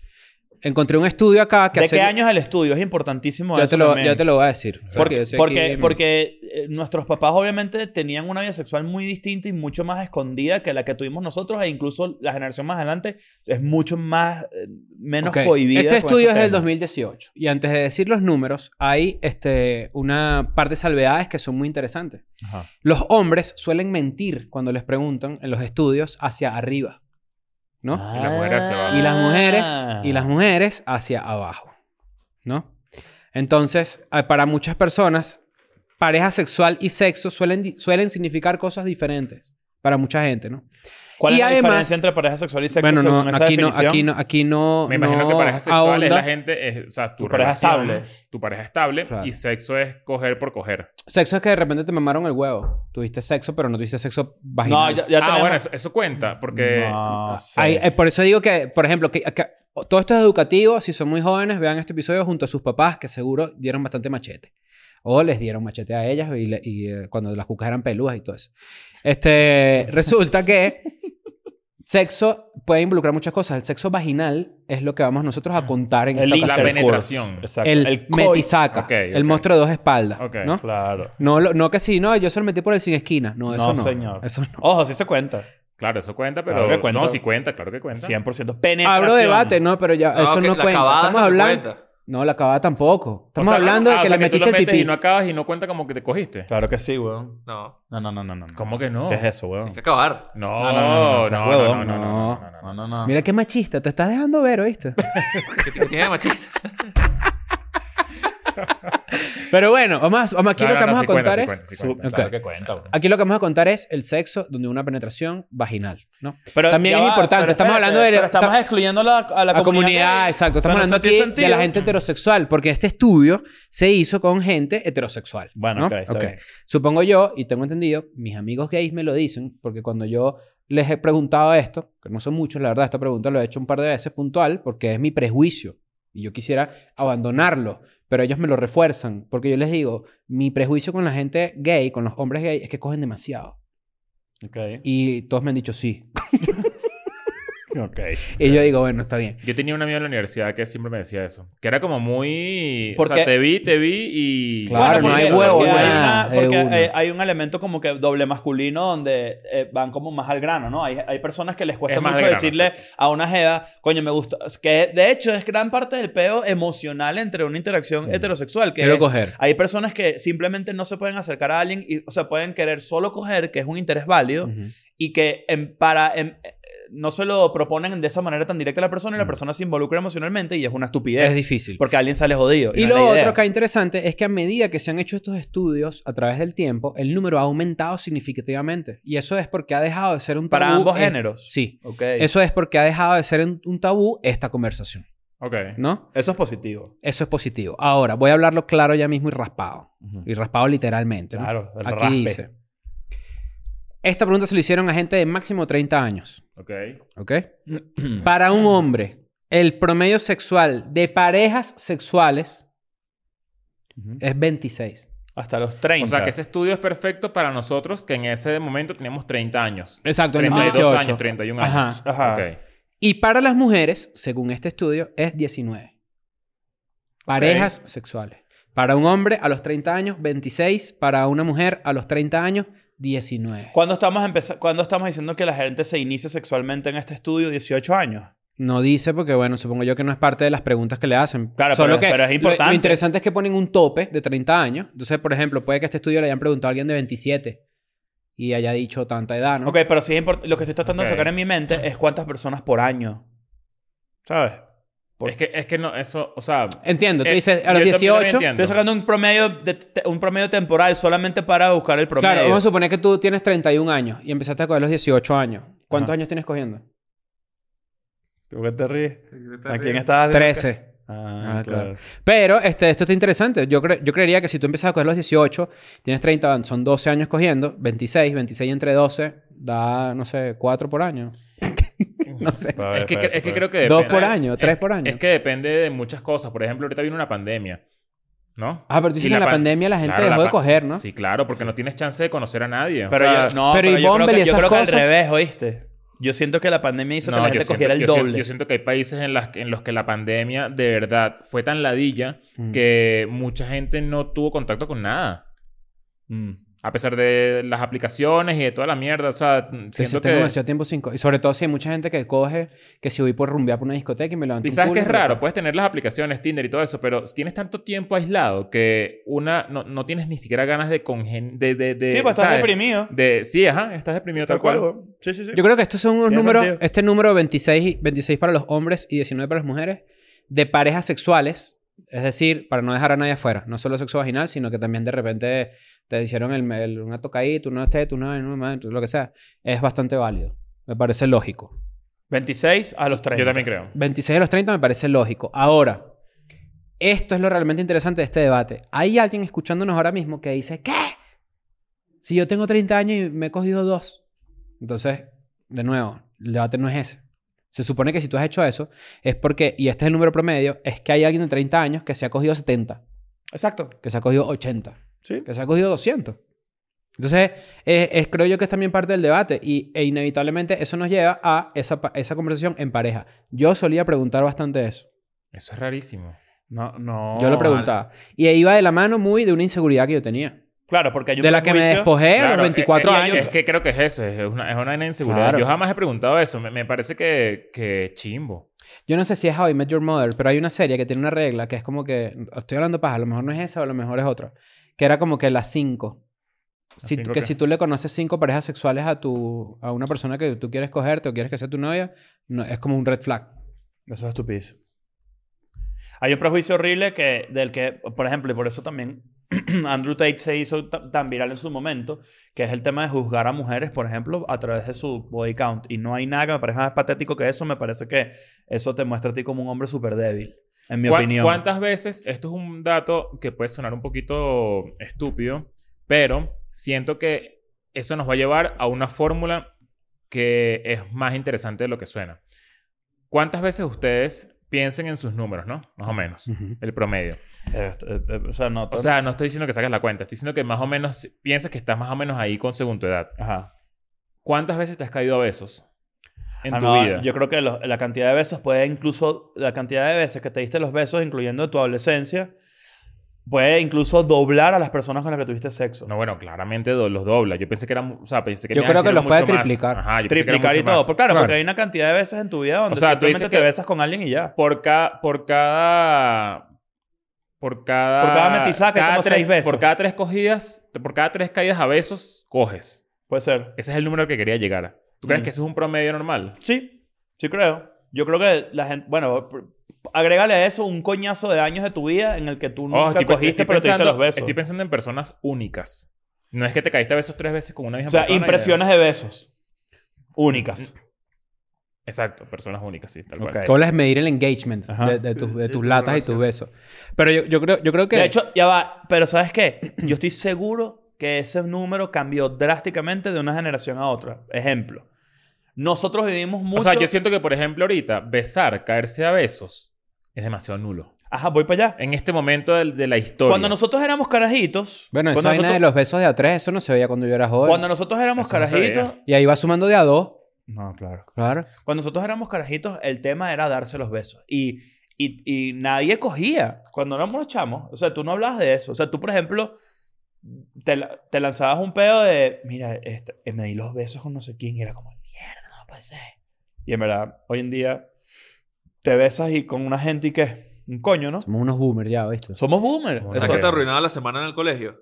Encontré un estudio acá que
¿De
hace-
qué año es el estudio? Es importantísimo
Ya
eso
te, lo,
también.
ya te lo voy a decir.
Porque,
yo soy aquí
porque,
de-
porque, eh, nuestros papás obviamente tenían una vida sexual muy distinta y mucho más escondida que la que tuvimos nosotros e incluso la generación más adelante es mucho más, eh, menos
Ok.
cohibida.
Este
con
estudio
ese
es del
tema.
2018. Y antes de decir los números, hay este, una parte de salvedades que son muy interesantes.
Ajá.
Los hombres suelen mentir cuando les preguntan en los estudios hacia arriba, ¿no?
Ah.
Y las mujeres hacia abajo.
Y las mujeres, y las mujeres hacia abajo, ¿no? Entonces, a- para muchas personas, pareja sexual y sexo suelen, di- suelen significar cosas diferentes para mucha gente, ¿no?
¿Cuál
Y
es la
además-
diferencia entre pareja sexual y sexo
bueno, no,
según esa
aquí no,
definición?
aquí no, aquí no.
Me imagino que
no
pareja sexual es
ahonda.
la gente, es- o sea, tu,
Tu pareja
relación,
estable.
Tu pareja estable
Claro.
y sexo es coger por coger.
Sexo es que de repente te mamaron el huevo. Tuviste sexo, pero no tuviste sexo
No,
vaginal.
ya, ya
ah,
tenemos-
bueno, eso, eso cuenta porque...
No sé.
Hay- eh, por eso digo que, por ejemplo, que, que todo esto es educativo. Si son muy jóvenes, vean este episodio junto a sus papás, que seguro dieron bastante machete. O les dieron machete a ellas y, le- y, eh, cuando las cucas eran peludas y todo eso.
[laughs]
Este, resulta que sexo puede involucrar muchas cosas. El sexo vaginal es lo que vamos nosotros a contar en
Ah. el
esta
la
ocasión.
intercourse.
penetración.
Exacto.
El,
coito.
metisaca.
Ok,
El
ok.
monstruo de dos espaldas.
Ok,
¿no?
Claro.
No, lo- no que sí, no, yo se lo metí por el sin esquina. No, eso no.
No, señor.
Eso no.
Ojo, sí se cuenta.
Claro, eso cuenta, pero...
Claro que cuenta.
No, sí cuenta, claro que cuenta.
100%. Penetración.
Abro debate, no, pero ya,
No,
eso
que
no
la
cuenta.
acabada
Estamos
no
hablando.
cuenta.
No, la acabada tampoco. Estamos
O sea,
hablando de
ah, o
que
sea
le
tú
metiste
lo
el
metes
pipí.
Y no acabas y no cuenta como que te cogiste.
Claro que sí, weón.
No.
No, no, no, no, no. no.
¿Cómo que no?
¿Qué es eso, weón?
Hay que acabar.
No,
No, no, no, no, seas
no,
huevón.
no, no, no, no, no, no, no.
No, no, no.
Mira qué machista, te estás [laughs] dejando ver, ¿oíste?
Que, que tiene machista.
Pero bueno, vamos, a- vamos aquí
No,
lo
no,
que
no,
vamos a
50,
contar
50,
es...
50,
Ok.
Claro que cuenta, bro.
Aquí lo que vamos a contar es el sexo donde una penetración vaginal, ¿no?
Pero
También
ya
es
va,
importante,
pero
estamos hablando de-
Pero estamos excluyendo la- a la,
a comunidad,
gay.
exacto.
O sea,
Estamos
no
hablando
tiene
aquí de la
sentido.
gente heterosexual, porque este estudio se hizo con gente heterosexual.
Bueno,
¿no?
ok, está
Ok.
bien.
Supongo yo, y tengo entendido, mis amigos gays me lo dicen, porque cuando yo les he preguntado esto, que no son muchos, la verdad, esta pregunta lo he hecho un par de veces puntual, porque es mi prejuicio. Y yo quisiera abandonarlo, pero ellos me lo refuerzan, porque yo les digo, mi prejuicio con la gente gay, con los hombres gay, es que cogen demasiado.
Ok.
Y todos me han dicho sí.
[laughs] Ok.
Y yo digo, bueno, está bien.
Yo tenía un amigo en la universidad que siempre me decía eso. Que era como muy...
Porque-
O sea, te vi, te vi y...
Claro,
Bueno,
no hay
porque-
huevo,
porque hay,
nada,
una-
de
porque
una.
hay- hay un elemento como que doble masculino donde eh, van como más al grano, ¿no? Hay, hay personas que les cuesta
Es más
mucho
al grano,
decirle a una jeva, coño, me gusta. Que de hecho es gran parte del peo emocional entre una interacción
Sí.
heterosexual. Que
Quiero
es-
coger.
Hay personas que simplemente no se pueden acercar a alguien y, o sea, pueden querer solo coger, que es un interés válido,
Ujú.
y que en- para. en- eh, no se lo proponen de esa manera tan directa a la persona y la
Mm.
persona se involucra emocionalmente y es una estupidez.
Es difícil.
Porque alguien sale jodido.
Y
no es la
lo
idea.
otro que es interesante es que a medida que se han hecho estos estudios a través del tiempo, el número ha aumentado significativamente. Y eso es porque ha dejado de ser un tabú.
Para ambos
eh,
géneros.
Sí.
Ok.
Eso es porque ha dejado de ser un un tabú esta conversación,
Ok.
¿no?
Eso es positivo.
Eso es positivo. Ahora, voy a hablarlo claro ya mismo y raspado. Y raspado literalmente. ¿no?
Claro, el
Aquí
raspe.
dice. Esta pregunta se la hicieron a gente de máximo 30 años.
Ok.
¿Ok? [clears throat] Para un hombre, el promedio sexual de parejas sexuales es 26.
Hasta los 30.
O sea, que ese estudio es perfecto para nosotros que en ese momento teníamos 30 años.
Exacto, en el
32
2018.
años, 31 años.
Ajá.
Ajá.
Ok.
Y para las mujeres, según este estudio, es 19. Parejas sexuales. Para un hombre a los 30 años, 26. Para una mujer a los 30 años, 19.
¿Cuándo estamos, empeza- ¿Cuándo estamos diciendo que la gente se inicia sexualmente en este estudio? 18 años.
No dice porque, bueno, supongo yo que no es parte de las preguntas que le hacen.
Claro, pero-
que
pero
lo-
es
Lo,
importante.
interesante es que ponen un tope de 30 años. Entonces, por ejemplo, puede que este estudio le hayan preguntado a alguien de 27 y haya dicho tanta edad, ¿no?
Ok, pero sí es import- lo que estoy tratando
Ok.
de sacar en mi mente es cuántas personas por año. ¿Sabes? Por-
Es que, es que no, eso, o sea...
Entiendo. Tú
eh,
dices a
yo
los
también
18.
entiendo.
Estoy sacando un promedio, de te- un promedio temporal solamente para buscar el promedio.
Claro, vamos a suponer que tú tienes 31 años y empezaste a coger los 18 años. ¿Cuántos
Ajá.
años tienes cogiendo?
¿Tú qué te ríes? ¿A quién estás? haciendo-
13.
Ah,
Ah, claro.
claro.
Pero este, esto está interesante. Yo, cre- yo creería que si tú empiezas a coger los 18, tienes 30, van- son 12 años cogiendo, 26, 26 entre 12, da, no sé, 4 por año. [laughs] no sé.
A ver,
Es
espérate,
que, es que
espérate.
creo que depende.
Dos por año,
es-
tres por año.
Es que depende de muchas cosas. Por ejemplo, ahorita viene una pandemia. ¿No?
Ah, pero tú dices
Y
que en la
pan-
pandemia la gente
Claro,
dejó de
pa-
coger, ¿no?
Sí, claro, porque no tienes chance de conocer a nadie. O
Pero
sea,
yo, no,
pero
pero,
y
yo creo,
Bumble y
que, yo
esas
creo que al
cosas.
revés, ¿oíste? Yo siento que la pandemia hizo que
no,
la
yo
gente
siento-
cogiera el
yo siento-
doble.
yo siento que hay países en, las, en los que la pandemia de verdad fue tan ladilla
Mm.
que mucha gente no tuvo contacto con nada.
Mm.
A pesar de las aplicaciones y de toda la mierda. O sea,
Sí, sí,
siento
tengo
que...
demasiado tiempo sin co- Y sobre todo si hay mucha gente que coge, que si voy por rumbear por una discoteca y me levanto
Y
un
sabes
culo,
que es
me-
raro, puedes tener las aplicaciones, Tinder y todo eso, pero tienes tanto tiempo aislado que una no, no tienes ni siquiera ganas de congen de, de, de-
Sí, pues estás
¿sabes?
deprimido.
De, sí, ajá, estás deprimido tal, cual.
weón. Sí, sí,
pues.
sí.
Yo creo que estos son unos
Tiene
números,
sentido.
este número 26, y- 26 para los hombres y 19 para las mujeres, de parejas sexuales, es decir, para no dejar a nadie afuera, no solo sexo vaginal, sino que también de repente te hicieron el, el- una tocadita, este, una teta, una, una madre, lo que sea, es bastante válido. Me parece lógico.
26 a los 30.
Yo también creo.
26 de los 30 me parece lógico. Ahora, esto es lo realmente interesante de este debate. Hay alguien escuchándonos ahora mismo que dice, ¿qué? Si yo tengo 30 años y me he cogido dos. Entonces, de nuevo, el debate no es ese. Se supone que si tú has hecho eso, es porque, y este es el número promedio, es que hay alguien de 30 años que se ha cogido 70,
Exacto.
que se ha cogido 80
Sí.
que se ha cogido 200. Entonces, es, es- creo yo que es también parte del debate y, e inevitablemente eso nos lleva a esa, pa- esa conversación en pareja. Yo solía preguntar bastante eso.
Eso es rarísimo.
No, no.
Oh,
yo lo preguntaba. Y ahí iba de la mano muy de una inseguridad que yo tenía.
Claro, porque hay un
de la que me
prejuicio.
despojé a
Claro,
los 24
eh, eh,
años.
Es que creo que es eso, es una, es una inseguridad.
Claro.
Yo jamás he preguntado eso, me, me parece que, que chimbo.
Yo no sé si es How I Met Your Mother, pero hay una serie que tiene una regla que es como que... Estoy hablando paja, a lo mejor no es esa o a lo mejor es otra. Que era como que las 5.
¿Las
Si tú-
cinco
que
qué?
si tú le conoces cinco parejas sexuales a tu a una persona que tú quieres cogerte o quieres que sea tu novia, no, es como un red flag.
Eso es estupidez. Hay un prejuicio horrible que, del que, por ejemplo, y por eso también [clears throat] Andrew Tate se hizo ta- tan viral en su momento, que es el tema de juzgar a mujeres, por ejemplo, a través de su body count. Y no hay nada que me parezca más patético que eso. Me parece que eso te muestra a ti como un hombre súper débil, en mi
¿Cuá-
opinión.
¿Cuántas veces? Esto es un dato que puede sonar un poquito estúpido, pero siento que eso nos va a llevar a una fórmula que es más interesante de lo que suena. ¿Cuántas veces ustedes piensen en sus números, no? Más o menos.
Ujú.
El promedio.
Eh, esto- eh, eh, o sea, no.
O sea, no estoy diciendo que saques la cuenta, estoy diciendo que más o menos piensas que estás más o menos ahí con según tu edad.
Ajá.
¿Cuántas veces te has caído a besos en
Ah,
tu
no,
vida?
Yo creo que los- la cantidad de besos puede incluso, la cantidad de veces que te diste los besos, incluyendo tu adolescencia, puede incluso doblar a las personas con las que tuviste sexo.
No, bueno, claramente do- los dobla. Yo pensé que era, mu- o sea, pensé que
Yo
me ibas a
creo que
decir
los puede
mucho más.
triplicar.
Ajá, yo pensé que era
Triplicar y
mucho
todo.
más.
Por- claro,
Claro.
porque hay una cantidad de veces en tu vida donde
O sea, tú
simplemente
dices
te
que-
besas con alguien y ya.
Por cada. Por cada. Por cada.
Por cada metizada que hay como
tres-
seis besos.
Por cada tres cogidas, por cada tres caídas a besos, coges.
Puede ser.
Ese es el número al que quería llegar. ¿Tú crees
Mm.
que ese es un promedio normal?
Sí, sí creo. Yo creo que la gente, bueno, pr- agrégale a eso un coñazo de años de tu vida en el que tú
Oh,
nunca
pe-
cogiste, pero te diste
pensando,
los besos.
estoy pensando en personas únicas. No es que te caíste a besos tres veces con una misma
o sea,
persona. y-
impresiones de besos.
Mm.
Únicas.
Exacto, personas únicas, sí, tal cual.
Ok.
¿Cómo les medir el engagement
Ajá.
de, de tus, de
De
tus
tu
latas y tus besos?
relación.
Pero yo, yo creo, yo creo que...
De hecho, ya va. Pero ¿sabes qué? Yo estoy seguro que ese número cambió drásticamente de una generación a otra. Ejemplo. Nosotros vivimos mucho...
O sea, yo siento que, por ejemplo, ahorita, besar, caerse a besos, es demasiado nulo.
Ajá, voy para allá.
En este momento del- de, la historia.
Cuando nosotros éramos carajitos...
bueno, esa
cuando
vaina
nosotros,
de los besos de a tres, eso no se veía cuando yo era joven.
Cuando nosotros éramos
Eso no se
carajitos...
veía.
Y ahí va sumando de a dos,
No, claro.
claro.
Cuando nosotros éramos carajitos, el tema era darse los besos. Y, y, y nadie cogía cuando éramos los chamos. O sea, tú no hablabas de eso. O sea, tú, por ejemplo, te, la- te lanzabas un pedo de, mira, este, eh, me di los besos con no sé quién. Y era como, mierda, no puede ser. Y en verdad, hoy en día, te besas y con una gente y que, un coño, ¿no?
Somos unos boomers ya, ¿viste?
Somos boomers.
Somos
¿Sabes
Eso-
qué
boomers.
te arruinaba la semana en el colegio?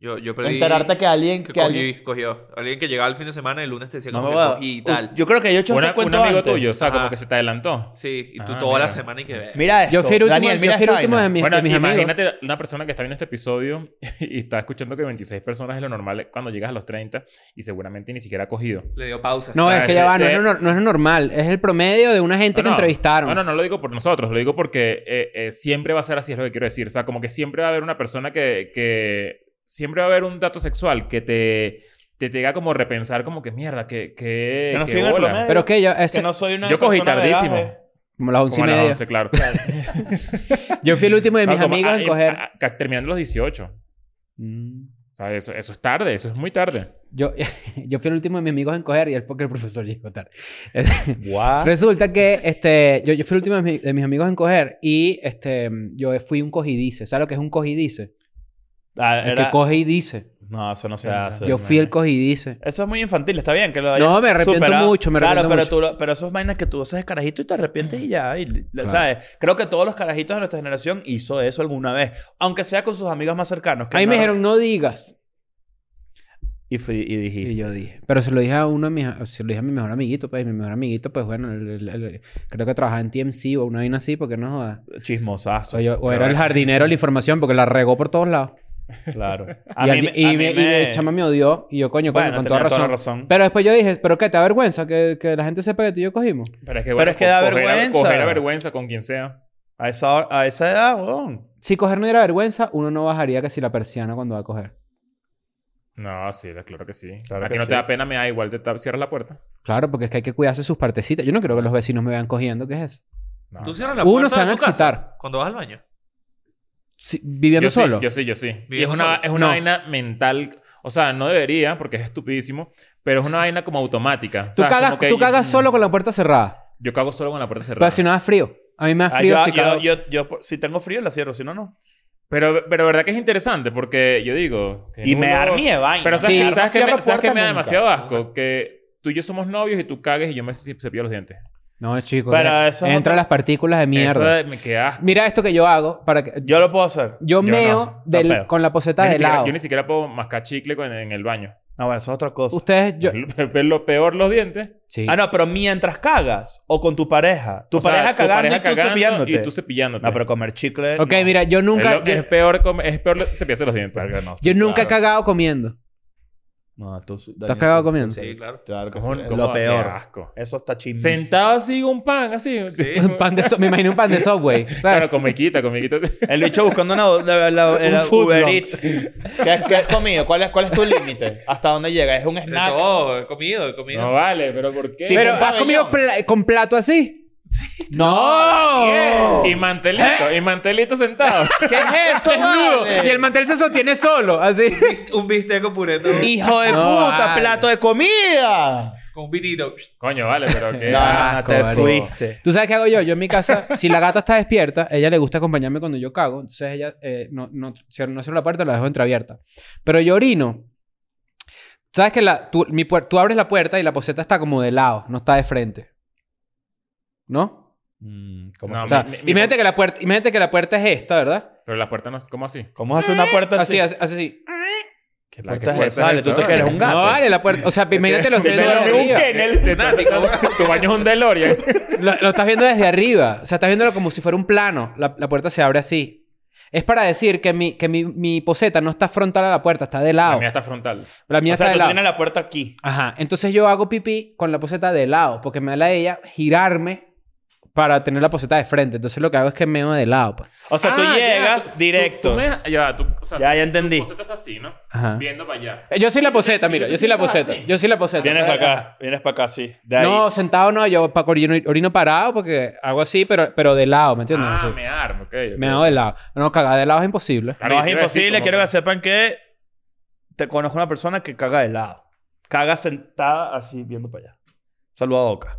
Yo, yo perdí...
Enterarte que alguien...
que
Que alguien-
cogí, cogió. Alguien que llegaba el fin de semana y el lunes te decía
No
como
me
que
jodas.
cogí y tal.
Yo creo que yo he hecho
Una-
este cuento
un amigo
antes.
tuyo, o sea, como
Ajá.
que se te adelantó.
Sí, y tú
Ah,
toda
mira.
la semana y que... ve.
Mira esto.
Yo fui el último,
Daniel,
yo
mira
fui el
esta
último
vaina.
de mis,
bueno,
de mis amigos.
imagínate una persona que está viendo este episodio [laughs] y está escuchando que 26 personas es lo normal cuando llegas a los 30 y seguramente ni siquiera ha cogido.
Le dio pausa.
No,
o sea,
es que
ese-
ya va, no,
de-
es lo- no es lo normal. Es el promedio de una gente
No,
que
no.
entrevistaron.
No, no, no lo digo por nosotros, lo digo porque eh, eh, siempre va a ser así, es lo que quiero decir. O sea, como que siempre va a haber una persona que. que siempre va a haber un dato sexual que te. Te llega como a repensar como que mierda, que... que,
Yo no
que
estoy en el
bola".
promedio.
Pero es que ya,
Que
ese-
no soy una
Yo cogí
persona de
tardísimo.
edad, eh.
[laughs] como las once y
Como a las
media.
11, claro.
[laughs] Yo fui el último de mis
No, como-
amigos
ah,
en
eh,
coger.
ah, ca- terminando los 18.
Mm.
O sea, eso, eso es tarde, eso es muy tarde.
Yo, [laughs] yo fui el último de mis amigos en coger y es porque el profesor llegó tarde.
What?
Resulta que este, yo, yo fui el último de, mi- de mis amigos en coger y este, yo fui un cogidice. ¿Sabes lo que es un cogidice?
Ah,
El
era-
que coge y dice.
No, eso no se
Yo
hace.
Yo fui el cogidice.
Eso es muy infantil, está bien que lo
No,
hayas
me arrepiento
superado.
mucho, me
claro,
arrepiento
pero
mucho.
Tú, lo- pero esos vainas que tú haces de carajito y te arrepientes y ya. y le-
Claro.
¿Sabes? Creo que todos los carajitos de nuestra generación hizo eso alguna vez. Aunque sea con sus amigos más cercanos. que
Ahí
no-
me dijeron, no digas.
Y, fui- y dijiste.
Y yo dije. Pero se lo dije a uno de mis... Se lo dije a mi mejor amiguito, pues. y Mi mejor amiguito, pues, bueno, el- el- el- creo que trabajaba en TMC o una vaina así, porque no jodas.
Chismosazo.
O, yo- o
Pero
era el
bueno.
jardinero de la información, porque la regó por todos lados. [laughs]
Claro.
y,
mí
allí-
me-
y
a mí
me- y
me-
el chama me odió. Y yo, coño, coño,
Bueno,
con toda
tenía
razón.
toda la razón.
Pero después yo dije, ¿pero qué? ¿Te da vergüenza que, que la gente sepa que tú y yo cogimos?
Pero es que, bueno,
es que da
co- coger a-
vergüenza.
Coger a vergüenza con quien sea.
A, esa, hora- a esa edad, weón.
Si coger no diera vergüenza, uno no bajaría que si la persiana cuando va a coger.
No, sí, claro que sí.
Claro
a ti
que
no
sí.
te da pena, me da igual, te ta- cierras la puerta.
Claro, porque es que hay que cuidarse sus partecitas. Yo no creo que los vecinos me vean cogiendo, ¿qué es eso?
No.
Tú cierras la
eh, Uno
puerta
se van
de
a
tu casa
excitar.
Cuando vas al baño.
Si- viviendo
yo sí,
solo.
yo sí, yo sí. Y es
Viviendo
una,
solo.
es una
No.
vaina mental. O sea, no debería, porque es estupidísimo, pero es una vaina como automática.
Tú,
¿sabes?
cagas,
Como que
tú
yo-
cagas solo con la puerta cerrada.
Yo cago solo con la puerta cerrada.
Pero si no da frío. A mí me da
Ah,
frío
yo,
si
yo-
cago.
yo- yo por- si tengo frío, la cierro. Si no, no.
Pero, pero verdad que es interesante porque yo digo... que
Y me
uno-
armé de vaina.
Pero ¿sabes,
Sí.
qué-
No
¿sabes qué
cierro
me, ¿sabes qué
puerta
me da
nunca.
demasiado asco? Que tú y yo somos novios y tú cagues y yo me ce- cepillo los dientes.
No, chico.
Pero
mira,
eso es
entra
otra-
las partículas de
Eso
mierda.
de- me quedas.
Mira esto que yo hago para que... Yo,
Yo lo puedo hacer.
no,
meo
está
del-
feo.
con la
Yo
poseta
ni,
de
siquiera,
lado.
yo ni siquiera puedo mascar chicle con- en el baño.
No, bueno, eso es otra cosa.
Ustedes... Yo...
Ver ver lo peor los dientes.
Sí.
Ah, no, pero mientras cagas o con tu pareja. Tu
O sea,
pareja cagando y tú cepillándote.
Y tú cepillándote.
No, pero comer chicle.
ok,
no.
mira, yo
es,
nunca...
lo-
yo-
es peor, com- es peor lo- cepillarse los dientes.
Verga, no,
Yo nunca he
claro.
cagado
[laughs]
comiendo.
No, tú.
¿Te has cagado comiendo?
Sí, claro.
Claro que
¿Cómo-
sí.
cómo-
Lo peor.
qué asco.
Eso está chimísimo.
Sentado así un pan, así.
Sí.
Un pan de so- me imagino un pan de Subway. ¿sabes?
[laughs] Claro, con miquita, con miquita.
El bicho buscando una, la, la-
[laughs] Un
era
food
Uber
long.
Eats. ¿Qué, qué has comido? ¿Cuál es, ¿Cuál es tu límite? ¿Hasta dónde llega? ¿Es un
De
snack?
todo, he comido, he comido.
No vale, pero ¿por qué?
Tipo
Pero
un
¿has comido pla- con plato así?
¡No!
Y mantelito, y mantelito sentado.
[laughs]
[laughs]
¿Qué es eso,
Desnudo.
vale?
Y el mantel se sostiene solo, así.
[laughs] Un bistec con pureta
¡Hijo de
No,
puta!
vale.
¡Plato de comida!
con un vinito.
Coño, vale, pero qué
No,
asco,
te
vale.
fuiste.
¿Tú sabes qué hago yo? Yo en mi casa, si la gata está despierta, ella le gusta acompañarme cuando yo cago. Entonces ella eh, no, no, cier- no cierro la puerta, la dejo entreabierta. Pero yo orino. ¿Sabes que la, tú, mi puer- tú abres la puerta y la poseta está como de lado, no está de frente? ¿No?
Mm, ¿Cómo,
No,
se-
O sea,
Mi- mi- mi-
imagínate, que la puerta, imagínate que la puerta es esta, ¿verdad?
Pero las puertas no es como así.
¿Cómo hace una puerta así?
Así, así, así. así.
¿Qué
La que
puerta
puerta
es
es
esa? Vale,
esa,
tú te
vale.
quieres un gato.
No vale la puerta. O
[laughs]
sea, imagínate los
Te
tres desde
dormí un
arriba.
kennel.
Te estás-
[laughs]
Tu baño es un DeLorean.
Lo, lo estás viendo desde arriba. O sea, estás viéndolo como si fuera un plano. La, la puerta se abre así. Es para decir que mi, que mi, mi poseta no está frontal a la puerta, está de
La
lado.
mía está frontal.
La mía
O
está
sea,
de
tú
lado.
tienes la puerta aquí.
Ajá. Entonces yo hago pipí con la poseta de lado, porque me da la de ella girarme para tener la poseta de frente. Entonces lo que hago es que meo de lado. pues.
O sea, tú
Ah, ya,
llegas
tú-
directo.
tú me- ya, tú- o sea,
Ya, ya entendí.
Tu poseta está así, ¿no?
Ajá.
Viendo para allá.
Eh, Yo soy la poseta, mira. Yo soy la poseta. Yo soy la poseta.
Vienes para acá. Vienes para acá, sí. De ahí.
No, sentado no. Yo pa- orino, orino parado porque hago así, pero, pero de lado, ¿me entiendes?
Ah,
Así.
me armo, ok. ok.
Me hago de lado. No, cagar de lado es imposible.
Claro, yo
no,
te
es
iba a decir
imposible.
como
Quiero
que-
que sepan que te conozco una persona que caga de lado. Caga sentada así viendo para allá. Saluda a Oca.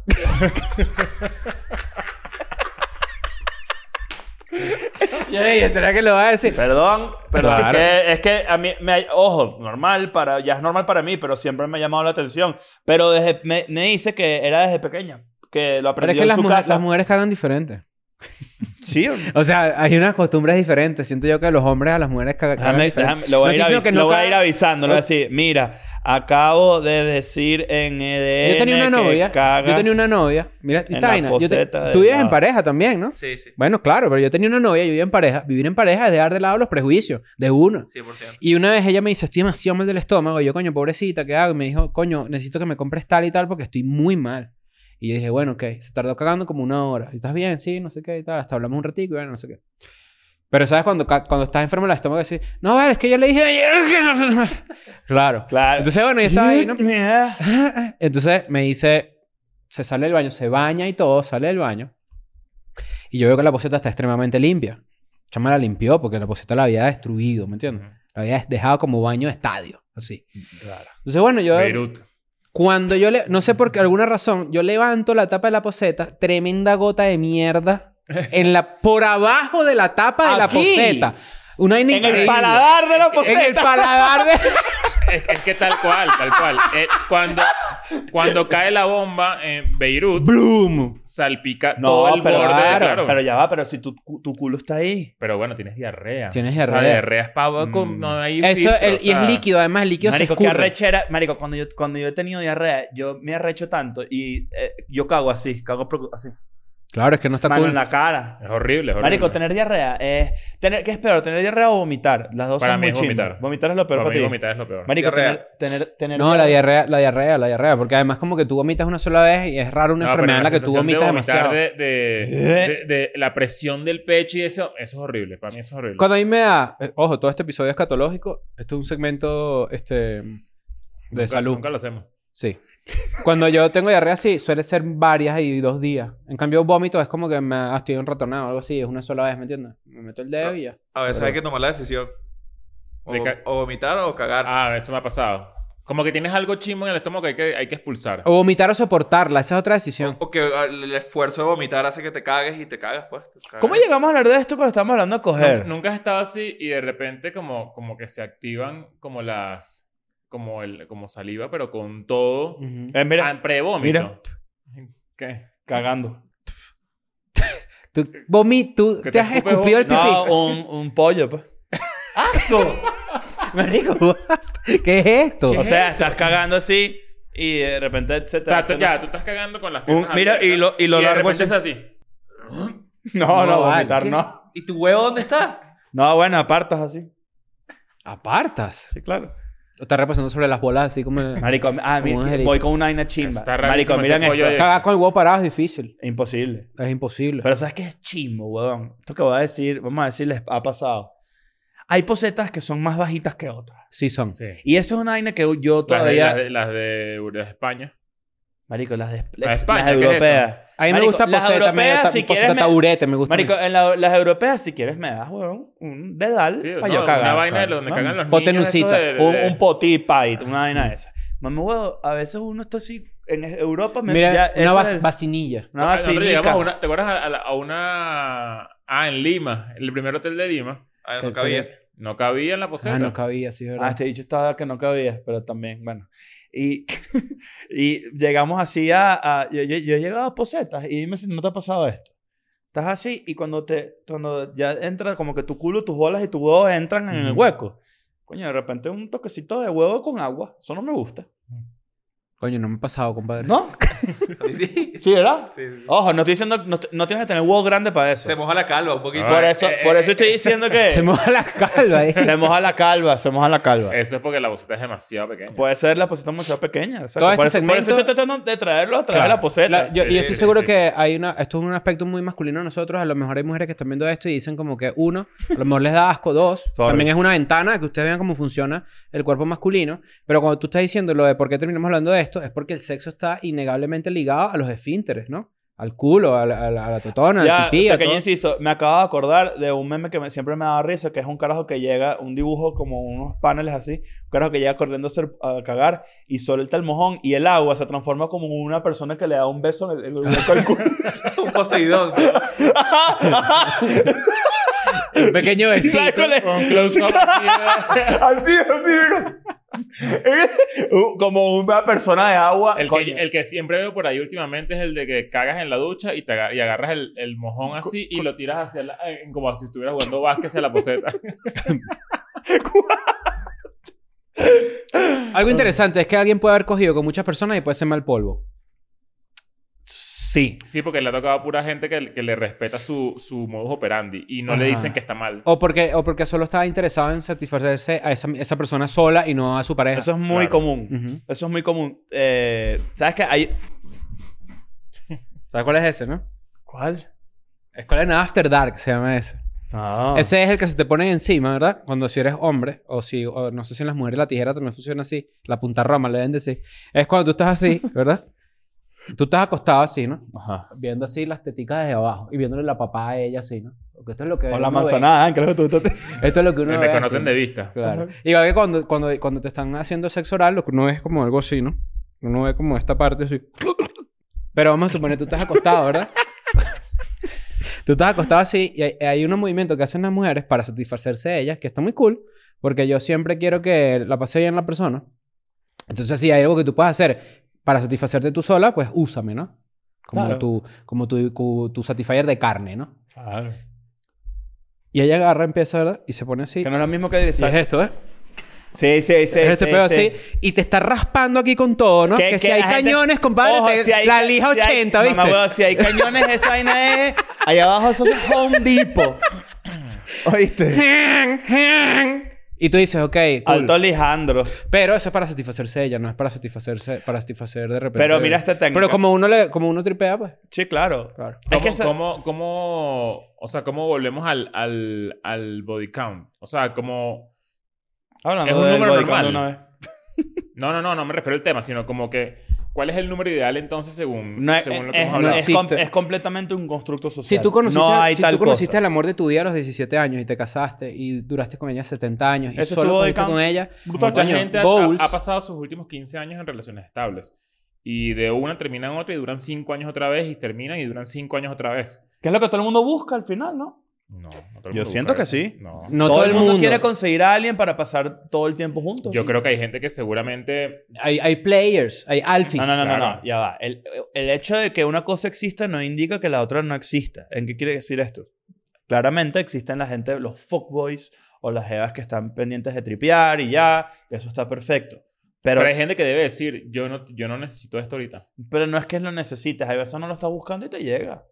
Yo dije, ¿será que lo va a decir?
Perdón, perdón.
Claro.
Es, que, es que a mí, me, ha- ojo, normal para, ya es normal para mí, pero siempre me ha llamado la atención. Pero desde, me, me dice que era desde pequeña, que
Pero
lo
es
aprendió
que
en
las,
su
mujer-
casa.
las mujeres cagan diferente.
Sí,
O sea, hay unas costumbres diferentes. Siento yo que los hombres a las mujeres caga- cagan
déjame,
diferente.
déjame- lo voy,
No
a, ir
estoy diciendo
avis-
que no
lo voy a
caga-
ir avisando. Le voy a decir, mira, acabo de decir en EDN
Yo tenía una
que
novia.
cagas
Yo tenía una novia. Mira,
en
esta
la
vaina. Yo te-
poseta de
tú vives en
lado.
pareja también, ¿no?
Sí, sí,
Bueno, claro, pero yo tenía una novia, yo vivía en pareja. Vivir en pareja es dejar de lado los prejuicios de uno.
100%.
Y una vez ella me dice, estoy demasiado mal del estómago. Y yo, coño, pobrecita, ¿qué hago? Y me dijo, coño, necesito que me compres tal y tal porque estoy muy mal. Y yo dije, bueno, ok. Se tardó cagando como una hora. ¿Estás bien? Sí, no sé qué y tal. Hasta hablamos un ratito y bueno, no sé qué. Pero, ¿sabes? Cuando, ca- cuando estás enfermo el estómago, decís, no, vale, es que yo le dije ayer [laughs] que no-". Claro.
Claro.
Entonces, bueno, yo estaba
[laughs]
ahí, ¿no?
Mira.
Entonces me dice, se sale del baño, se baña y todo, sale del baño. Y yo veo que la poseta está extremadamente limpia. Chama la limpió porque la poseta la había destruido, ¿me entiendes? La había dejado como baño de estadio, así. Entonces, bueno, yo...
Beirut.
Cuando yo le... No sé por qué, alguna razón, yo levanto la tapa de la poseta, tremenda gota de mierda en la... Por abajo de la tapa de la
Aquí.
poseta. Una vaina
En el
increíble.
paladar de la poseta.
En el paladar de...
[laughs]
Es, es que tal cual, tal cual. Eh, cuando, cuando cae la bomba en Beirut,
¡Bloom!
salpica
No,
todo el
pero, ah,
borde.
claro,
Claro.
pero
Pero,
ya va, pero si tu, tu culo está ahí.
bueno, tienes diarrea.
Tienes
O
diarrea.
sea, diarrea es pavo con...
Mm.
No hay
Eso,
filtro,
el-
o
y es
sea,
líquido, además el líquido
Marico,
se
qué
escurre.
arrechera. Marico, cuando yo, cuando yo he tenido diarrea, yo me arrecho tanto y eh, yo cago así, cago pro- así.
Claro, es que no está
Mano
cool.
en la cara.
Es horrible, es horrible.
Marico, tener diarrea es... Tener, ¿Qué es peor, tener diarrea o vomitar? Las dos
Para
son
mí
muy
es
chimbas.
vomitar.
Vomitar es lo peor
Para
para,
mí
ti.
vomitar es lo peor.
Marico, tener,
Diarrea.
tener, tener
No, la diarrea, la diarrea, la diarrea. Porque además como que tú vomitas una sola vez y es raro una
No, pero
enfermedad en la que tú
sensación de
vomitas
vomitar
demasiado.
De, de- de- de la presión del pecho y eso, eso es horrible. Para mí eso es horrible.
Cuando a mí me da... eh, Ojo, todo este episodio escatológico. Esto es un segmento este, de
Nunca-
salud.
Nunca lo hacemos.
Sí. Cuando yo tengo diarrea, sí, suele ser varias y dos días. En cambio, vómito es como que me ah, estoy un ratonado o algo así. Es una sola vez, ¿me entiendes? Me meto el dedo y ya.
A veces hay que tomar la decisión. O,
De ca-
o vomitar o cagar.
Ah, eso me ha pasado. Como que tienes algo chimo en el estómago que hay que, hay que expulsar.
Oh,
O vomitar o soportarla. Esa es otra decisión.
o que ah, el esfuerzo de vomitar hace que te cagues y te cagas, pues. te cagas.
¿Cómo llegamos a hablar de esto cuando estamos hablando de coger?
Nu- Nunca has estado así y de repente como, como que se activan como las... Como, el, como saliva, pero con todo...
Ujú.
Eh, mira,
Ah, Prevómito. ¿Qué?
Cagando.
Tú, vomi- tú
Que
te,
te
has
escupe
escupido el pipí.
No, un, un pollo, pues.
¡Asco! [laughs] Marico, what? ¿qué es esto?
¿Qué
O
es
sea,
eso?
estás cagando así y de repente se
O
te
sea,
hace
tú- ya,
los-
tú estás cagando con las
Un-
piernas
mira, y lo, y lo
y de
largo
repente
así.
es así.
[laughs] No, no,
vale,
vomitar
¿qué es-
no.
¿Y tu huevo dónde está?
No, bueno, apartas así.
Apartas.
Sí, claro.
Lo estás repasando sobre las bolas, así como.
Marico, ah,
Como un
mira,
jerito.
voy con una vaina chimba.
Está rarísimo
Marico,
ese
miren esto.
pollo de-
Cagar con el huevo parado es difícil.
Imposible.
Es imposible.
Pero ¿sabes qué es chimbo, weón? Esto que voy a decir, vamos a decir, les ha pasado. Hay posetas que son más bajitas que otras.
sí son.
Sí.
Y esa es una vaina que yo
Las de,
todavía...
las de, las de- de España.
Marico, las de,
La de
las-
España,
las
¿qué es
europeas.
A mí me
Marico,
gusta
las
poseta, me
europeas,
gusta
si
poseta
quieres, me-
taburete, me gusta.
Marico,
a mí.
en la- las europeas, si quieres, me das, weón, un dedal
Sí,
para
no,
yo cagar.
una vaina de
claro,
donde
¿no?
cagan los
Ponte
niños. esos
nucita.
de- de-
un,
de-
un poti pie, una vaina de esa. Mami, huevo, a veces uno está así en es- Europa. Me,
Mira,
ya,
una
esa
vas-
es-
vacinilla.
una
Ah, nosotros llegamos a
vacinica.
una- ¿Te acuerdas a, a la- a una. Ah, en Lima, el primer hotel de Lima.
Ah,
Que-
no cabía.
No cabía en la poseta.
Ah, no cabía, sí,
Ah,
¿verdad?
este dicho estaba que no cabía, pero también, bueno. Y, [laughs] y llegamos así a. a- yo, yo, yo he llegado a posetas y dime si no te ha pasado esto. Estás así y cuando, te, cuando ya entra, como que tu culo, tus bolas y tus huevos entran en el
Ujú.
hueco. Coño, de repente un toquecito de huevo con agua. Eso no me gusta.
Coño, no me ha pasado, compadre.
¿No?
A mí [laughs] sí.
¿Sí, verdad?
Sí,
[laughs]
sí, sí.
Ojo, no estoy diciendo. No, no tienes que tener huevo grande para eso.
Se moja la calva un poquito.
Por eso,
eh,
por eso estoy diciendo
[laughs]
que
Se
se,
moja la calva
[laughs]
ahí.
moja la calva, se moja la calva.
Eso es porque la poseta es demasiado pequeña.
Puede ser la poseta demasiado pequeña. exacto.
Todo este
por, eso, por eso
segmento-
estoy tratando de traerlo a través
Claro.
de la poseta.
La- yo, y
Sí,
estoy
sí,
seguro
sí.
que hay una, esto es un aspecto muy masculino de nosotros. A lo mejor hay mujeres que están viendo esto y dicen como que uno, a lo mejor les da asco, dos,
[laughs] Sorry.
también es una ventana que ustedes vean cómo funciona el cuerpo masculino. Pero cuando tú estás diciendo lo de por qué terminamos hablando de esto, es porque el sexo está innegablemente ligado a los esfínteres, ¿no? Al culo, a la, a la- a la totona,
Ya,
al pipí, a
pequeño
todo.
inciso, me acabo de acordar de un meme que me- siempre me daba risa, que es un carajo que llega, un dibujo como unos paneles así, un carajo que llega corriendo a, hacer- a cagar y suelta el mojón y el agua se transforma como en una persona que le da un beso en el, en el hueco
[laughs]
del culo.
[laughs] un poseidón.
Un pequeño
Sí,
besito.
¿sabes cuál es?
Con
[laughs]
close-up así,
Así, así, mira. [laughs] Uh, Como una persona de agua.
El que,
coño.
el que siempre veo por ahí últimamente es el de que cagas en la ducha y, te aga- y agarras el, el mojón así y lo tiras hacia la, eh, como si estuvieras jugando básquet hacia
[laughs]
la poseta.
Algo interesante es que alguien puede haber cogido con muchas personas y puede ser mal polvo.
Sí.
Sí, porque le ha tocado a pura gente que, que le respeta su, su modus operandi y no le
Ajá.
dicen que está mal.
O porque, o porque solo estaba interesado en satisfacerse a esa, esa persona sola y no a su pareja.
Eso es muy
Claro.
común.
Ujú.
Eso es muy común. Eh, ¿Sabes qué? Hay...
¿Sabes cuál es ese, no?
¿Cuál?
Escuela en After Dark se llama ese.
No.
Ese es el que se te pone encima, ¿verdad? Cuando si eres hombre, o si, o no sé si en las mujeres la tijera también funciona así, la punta rama le deben decir. Es cuando tú estás
[laughs]
así, ¿verdad? tú estás acostado así, ¿no?
Ajá.
Viendo así las teticas desde abajo y viéndole la papá a ella así, ¿no? Porque esto es lo que.
O
uno
la
ve.
manzanada, Ángel. tú- tú- tú-
Esto es lo que uno.
Le
ve
reconocen
así.
de vista.
Claro. Igual que cuando, cuando, cuando te están haciendo sexo oral, lo que uno ve es como algo así, ¿no? Uno ve como esta parte así. Pero vamos a suponer, tú estás acostado,
[laughs]
¿verdad? tú estás acostado así y hay, hay unos movimientos que hacen las mujeres para satisfacerse de ellas, que está muy cool, porque yo siempre quiero que la pase bien la persona. Entonces, si hay algo que tú puedas hacer para satisfacerte tú sola, pues úsame, ¿no? Como,
Claro.
tu, como tu, tu, tu satisfier de carne, ¿no? Y ella agarra, empieza, ¿verdad? Y se pone así.
Que no es lo mismo que...
Y es esto, ¿eh?
Sí, sí, sí.
es este
sí,
pedo
sí.
así. Y te está raspando aquí con todo, ¿no? Que, si hay
la gente-
cañones, compadre,
Ojo,
te-
si hay-
la lija
si hay-
80, ¿viste?
Mamá, huevo, si hay cañones, esa vaina es... Allá abajo eso es Home
[coughs]
Depot. ¿Oíste?
y tú dices, ok, cool.
Alto Alejandro.
Pero eso es para satisfacerse ella, no es para satisfacerse, para satisfacer de repente.
Pero mira esta técnica.
Pero como uno le, como uno tripea, pues,
Sí, claro.
claro.
Es
¿Cómo,
que esa-
cómo- cómo- o sea, ¿cómo volvemos al, al, al body count? O sea, como...
Hablando
Es un
del
número
body count de
normal.
una vez.
No, no, no, no me refiero al tema, sino como que... ¿Cuál es el número ideal entonces según,
No es,
según lo que
es-
hemos
no
hablado?
es com-
Existe.
es completamente un constructo social.
Si tú conociste,
no hay
si
tal
tú conociste
cosa.
el amor de tu vida a los 17 años y te casaste y duraste con ella 70 años y
Eso
solo
estuvo de
cogiste con
count.
ella,
Mucha
Coño,
gente ha,
goals.
ha- ha pasado sus últimos 15 años en relaciones estables. Y de una terminan otra y duran 5 años otra vez y terminan y duran 5 años otra vez.
Que es lo que todo el mundo busca al final, ¿no?
No, no todo el mundo
Yo
busca
siento que
eso.
sí.
No.
No
todo, el mundo, quiere conseguir a alguien para pasar todo el tiempo juntos.
Yo creo que hay gente que seguramente.
Hay, hay players, hay alfis.
No, no, no, no,
Claro.
no, ya va. El, el hecho de que una cosa exista no indica que la otra no exista. ¿En qué quiere decir esto? Claramente existen la gente, los fuckboys o las jevas que están pendientes de tripear y ya, que eso está perfecto. Pero,
Pero, hay gente que debe decir, yo no, yo no necesito esto ahorita.
pero no es que lo necesites, a veces no lo estás buscando y te llega.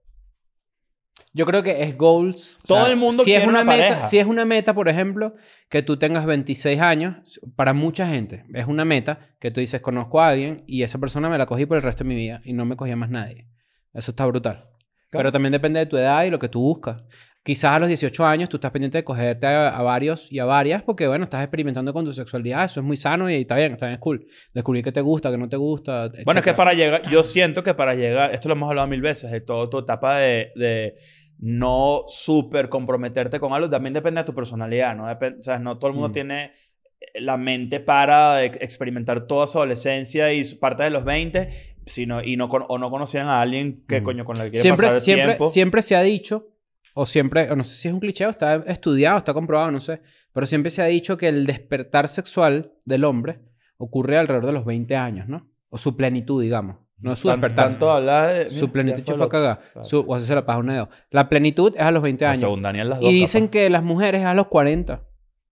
Yo creo que es goals.
Todo el mundo
si es
quiere
una,
una
meta,
pareja.
Si es una meta, por ejemplo, que tú tengas 26 años, para mucha gente es una meta que tú dices, conozco a alguien y esa persona me la cogí por el resto de mi vida y no me cogía más nadie. Eso está brutal. Pero también depende de tu edad y lo que tú buscas. Quizás a los 18 años tú estás pendiente de cogerte a, a varios y a varias porque, bueno, estás experimentando con tu sexualidad. Eso es muy sano y está bien, está bien, es cool. Descubrir que te gusta, que no te gusta.
Bueno, es que
etcétera.
para llegar, yo siento que para llegar, esto lo hemos hablado mil veces, de todo tu etapa de, de no súper comprometerte con algo, también depende de tu personalidad, ¿no? Depen- o sea, no todo el mundo
Mm.
tiene eh, la mente para ex- experimentar toda su adolescencia y su parte de los 20, sino, y no con- o no conocían a alguien que
Mm.
coño con la que quiere
siempre,
pasar el
siempre,
tiempo.
siempre se ha dicho, o siempre, o no sé si es un cliché, o está estudiado, está comprobado, no sé, pero siempre se ha dicho que el despertar sexual del hombre ocurre alrededor de los 20 años, ¿no? O su plenitud, digamos. No su
Tan-
despertar.
tanto hablar de-
su
mira,
plenitud
ya
fue
fue el otro.
cagada. este
Claro.
Su- O así se la pasa un dedo. La plenitud es a los 20
No,
años.
según Daniel, las dos,
Y dicen
capaz.
que las mujeres es a los 40.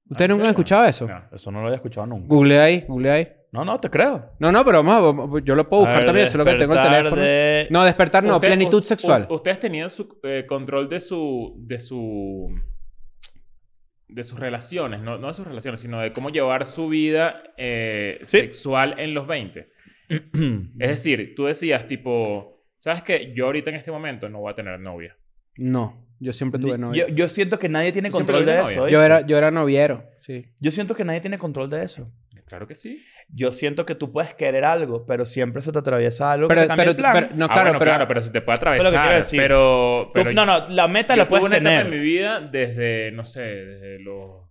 ¿Ustedes
Ah, ¿en
nunca han
serio?
escuchado eso?
No.
Eso no lo había escuchado nunca.
Google ahí, google ahí.
No, no, te creo.
No, no, pero vamos, vamos, yo lo puedo buscar
A ver,
también, solo que tengo el
despertar
teléfono.
de- [clears throat]
No, [clears throat] despertar Ah, no,
Usted-
plenitud
u-
sexual.
u- ustedes tenían su eh, control de su. de su. de sus relaciones, no, no de sus relaciones, sino de cómo llevar su vida eh,
Sí.
sexual en los 20. Es decir, tú decías, tipo, ¿sabes qué? Yo ahorita en este momento no voy a tener novia.
No, yo siempre
Yo,
tuve novia.
yo siento que nadie tiene
Tú siempre
control de
tuviste
eso.
novia.
Yo
¿oíste?
era, yo era noviero, sí.
Yo siento que nadie tiene control de eso.
Claro que sí.
Yo siento que tú puedes querer algo, pero siempre se te atraviesa algo
Pero,
que te cambia
pero,
el plan.
pero- no,
Ah,
claro,
bueno,
pero,
claro, pero si te puede
lo que quiero
atravesar.
decir.
Pero,
Tú-
pero
no, no, la meta
yo
la puedes
tuve una etapa en mi
tener.
vida desde, no sé, desde los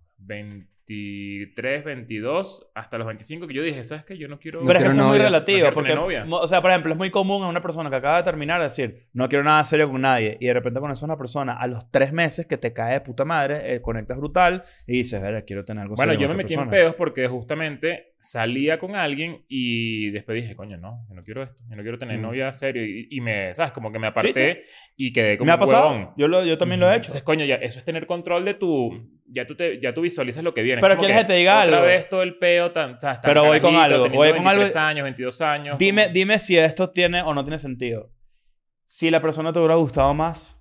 23, 22 hasta los 25 que yo dije, ¿sabes qué? Yo no quiero...
Pero es
quiero
que eso es muy
novia.
relativo.
No quiero
porque,
tener novia.
mo- o sea, por ejemplo, es muy común a una persona que acaba de terminar decir, no quiero nada serio con nadie. Y de repente conoces a una persona a los tres meses que te cae de puta madre, eh, conectas brutal y dices, ver, quiero tener algo
Bueno,
serio
yo me
con
metí
esta
en
persona".
pedos porque justamente salía con alguien y después dije, coño, no, yo no quiero esto, yo no quiero tener
Mm.
novia serio. Y, y me, ¿sabes? Como que me aparté y quedé como
¿Me ha
un
pasado?
huevón.
Yo, lo, yo también lo he hecho. Mm.
Entonces, coño, ya, eso es tener control de tu... Ya tú, te, ya tú visualizas lo que viene. Es
Pero
como
¿quieres que te diga
otra
algo?
vez todo el peo, tan, o sea, tan
Pero voy con
carajito,
algo,
teniendo
voy con algo.
23 años, 22 años.
Dime,
como-
dime si esto tiene o no tiene sentido. Si la persona te hubiera gustado más,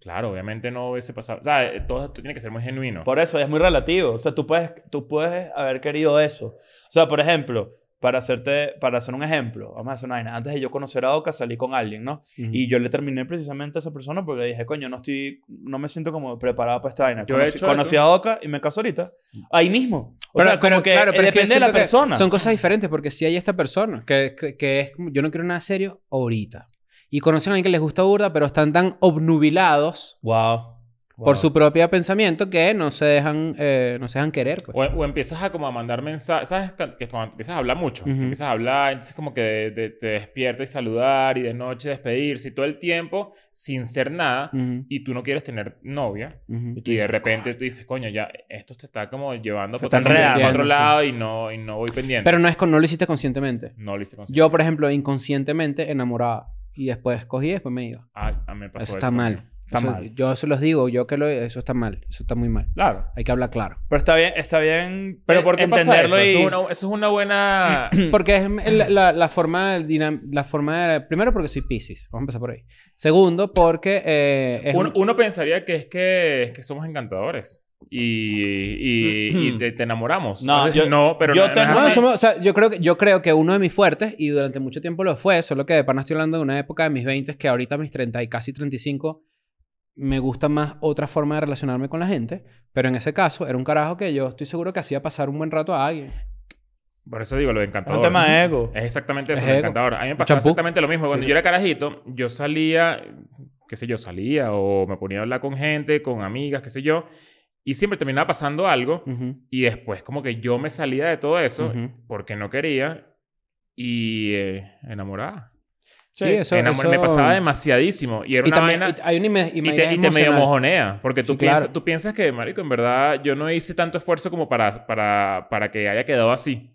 Claro, obviamente no hubiese pasado. O sea, eh, todo esto tiene que ser muy genuino.
Por eso es muy relativo. O sea, tú puedes, tú puedes haber querido eso. O sea, por ejemplo, para, hacerte, para hacer un ejemplo, vamos a hacer una vaina. Antes de yo conocer a Oka, salí con alguien, ¿no? Y yo le terminé precisamente a esa persona porque dije, coño, no estoy, no me siento como preparado para esta vaina.
Yo he
conocí
hecho
conocí
eso.
a Oka y me caso ahorita. Ahí mismo. O sea, como que eh,
pero es que
depende de la
siento que
persona.
Son cosas diferentes porque si hay esta persona que, que, que es como, yo no quiero nada serio ahorita. Y conocen a alguien que les gusta burda, pero están tan obnubilados
Wow.
por su propio pensamiento que no se dejan, eh, no se dejan querer. pues.
O, o empiezas a como a mandar mensajes, ¿sabes? Que que cuando empiezas a hablar mucho, que
Ujú.
empiezas a hablar, entonces como que de- de- te despiertas y saludar y de noche despedirse y todo el tiempo sin ser nada
Ujú,
y tú no quieres tener novia.
ujú.
Y de repente tú dices, coño, ya, esto te está como llevando
Se
por otro-
está enredando,
por otro
sí.
lado y no, y no voy pendiente.
Pero no, es con, no lo hiciste conscientemente.
no lo hice con
Yo, por ejemplo, inconscientemente enamoraba. Y después cogí y después me iba.
Ah, ah, me pasó
Eso está
también.
mal.
Está
Eso-
mal.
Yo se los digo, yo que lo... Eso está mal. Eso está muy mal.
Claro.
Hay que hablar claro.
Pero está bien, está bien
Pero
eh,
¿por qué pasa
entenderlo
eso? Eso
y...
es una- eso es una buena...
Porque es la, la- la forma dinam- la forma de- primero porque soy Pisces, vamos a empezar por ahí. Segundo porque eh, es
Uno,
un-
uno pensaría que es que, es que somos encantadores y, y-
Mm.
y te, te enamoramos.
No,
Entonces,
yo-
no, pero
yo
no-
te-
no es
No,
así.
somos- o sea, yo creo que yo creo que uno de mis fuertes y durante mucho tiempo lo fue, solo que de pana estoy hablando de una época de mis 20 que ahorita mis 30 y casi 35 me gusta más otra forma de relacionarme con la gente, pero en ese caso era un carajo que yo estoy seguro que hacía pasar un buen rato a alguien.
Por eso digo lo de
Es
encantador.
un tema de ego.
Es exactamente eso,
Es
lo de
ego.
encantador. A mí me pasó
Champú.
exactamente lo mismo. Cuando
Sí, sí.
yo era carajito, yo salía, qué sé yo, salía o me ponía a hablar con gente, con amigas, qué sé yo, y siempre terminaba pasando algo
Ujú,
y después como que yo me salía de todo eso
ujú.
porque no quería y eh, enamorada.
Sí, eso
Enamo-
eso-
Me pasaba demasiadísimo. Y era
Y
una
también
vaina...
y- hay una ima-
Y
imagen
te, y te medio
emocional.
mojonea, porque tú,
Sí,
piensas,
claro.
tú piensas que, marico, en verdad yo no hice tanto esfuerzo como para, para, para que haya quedado así.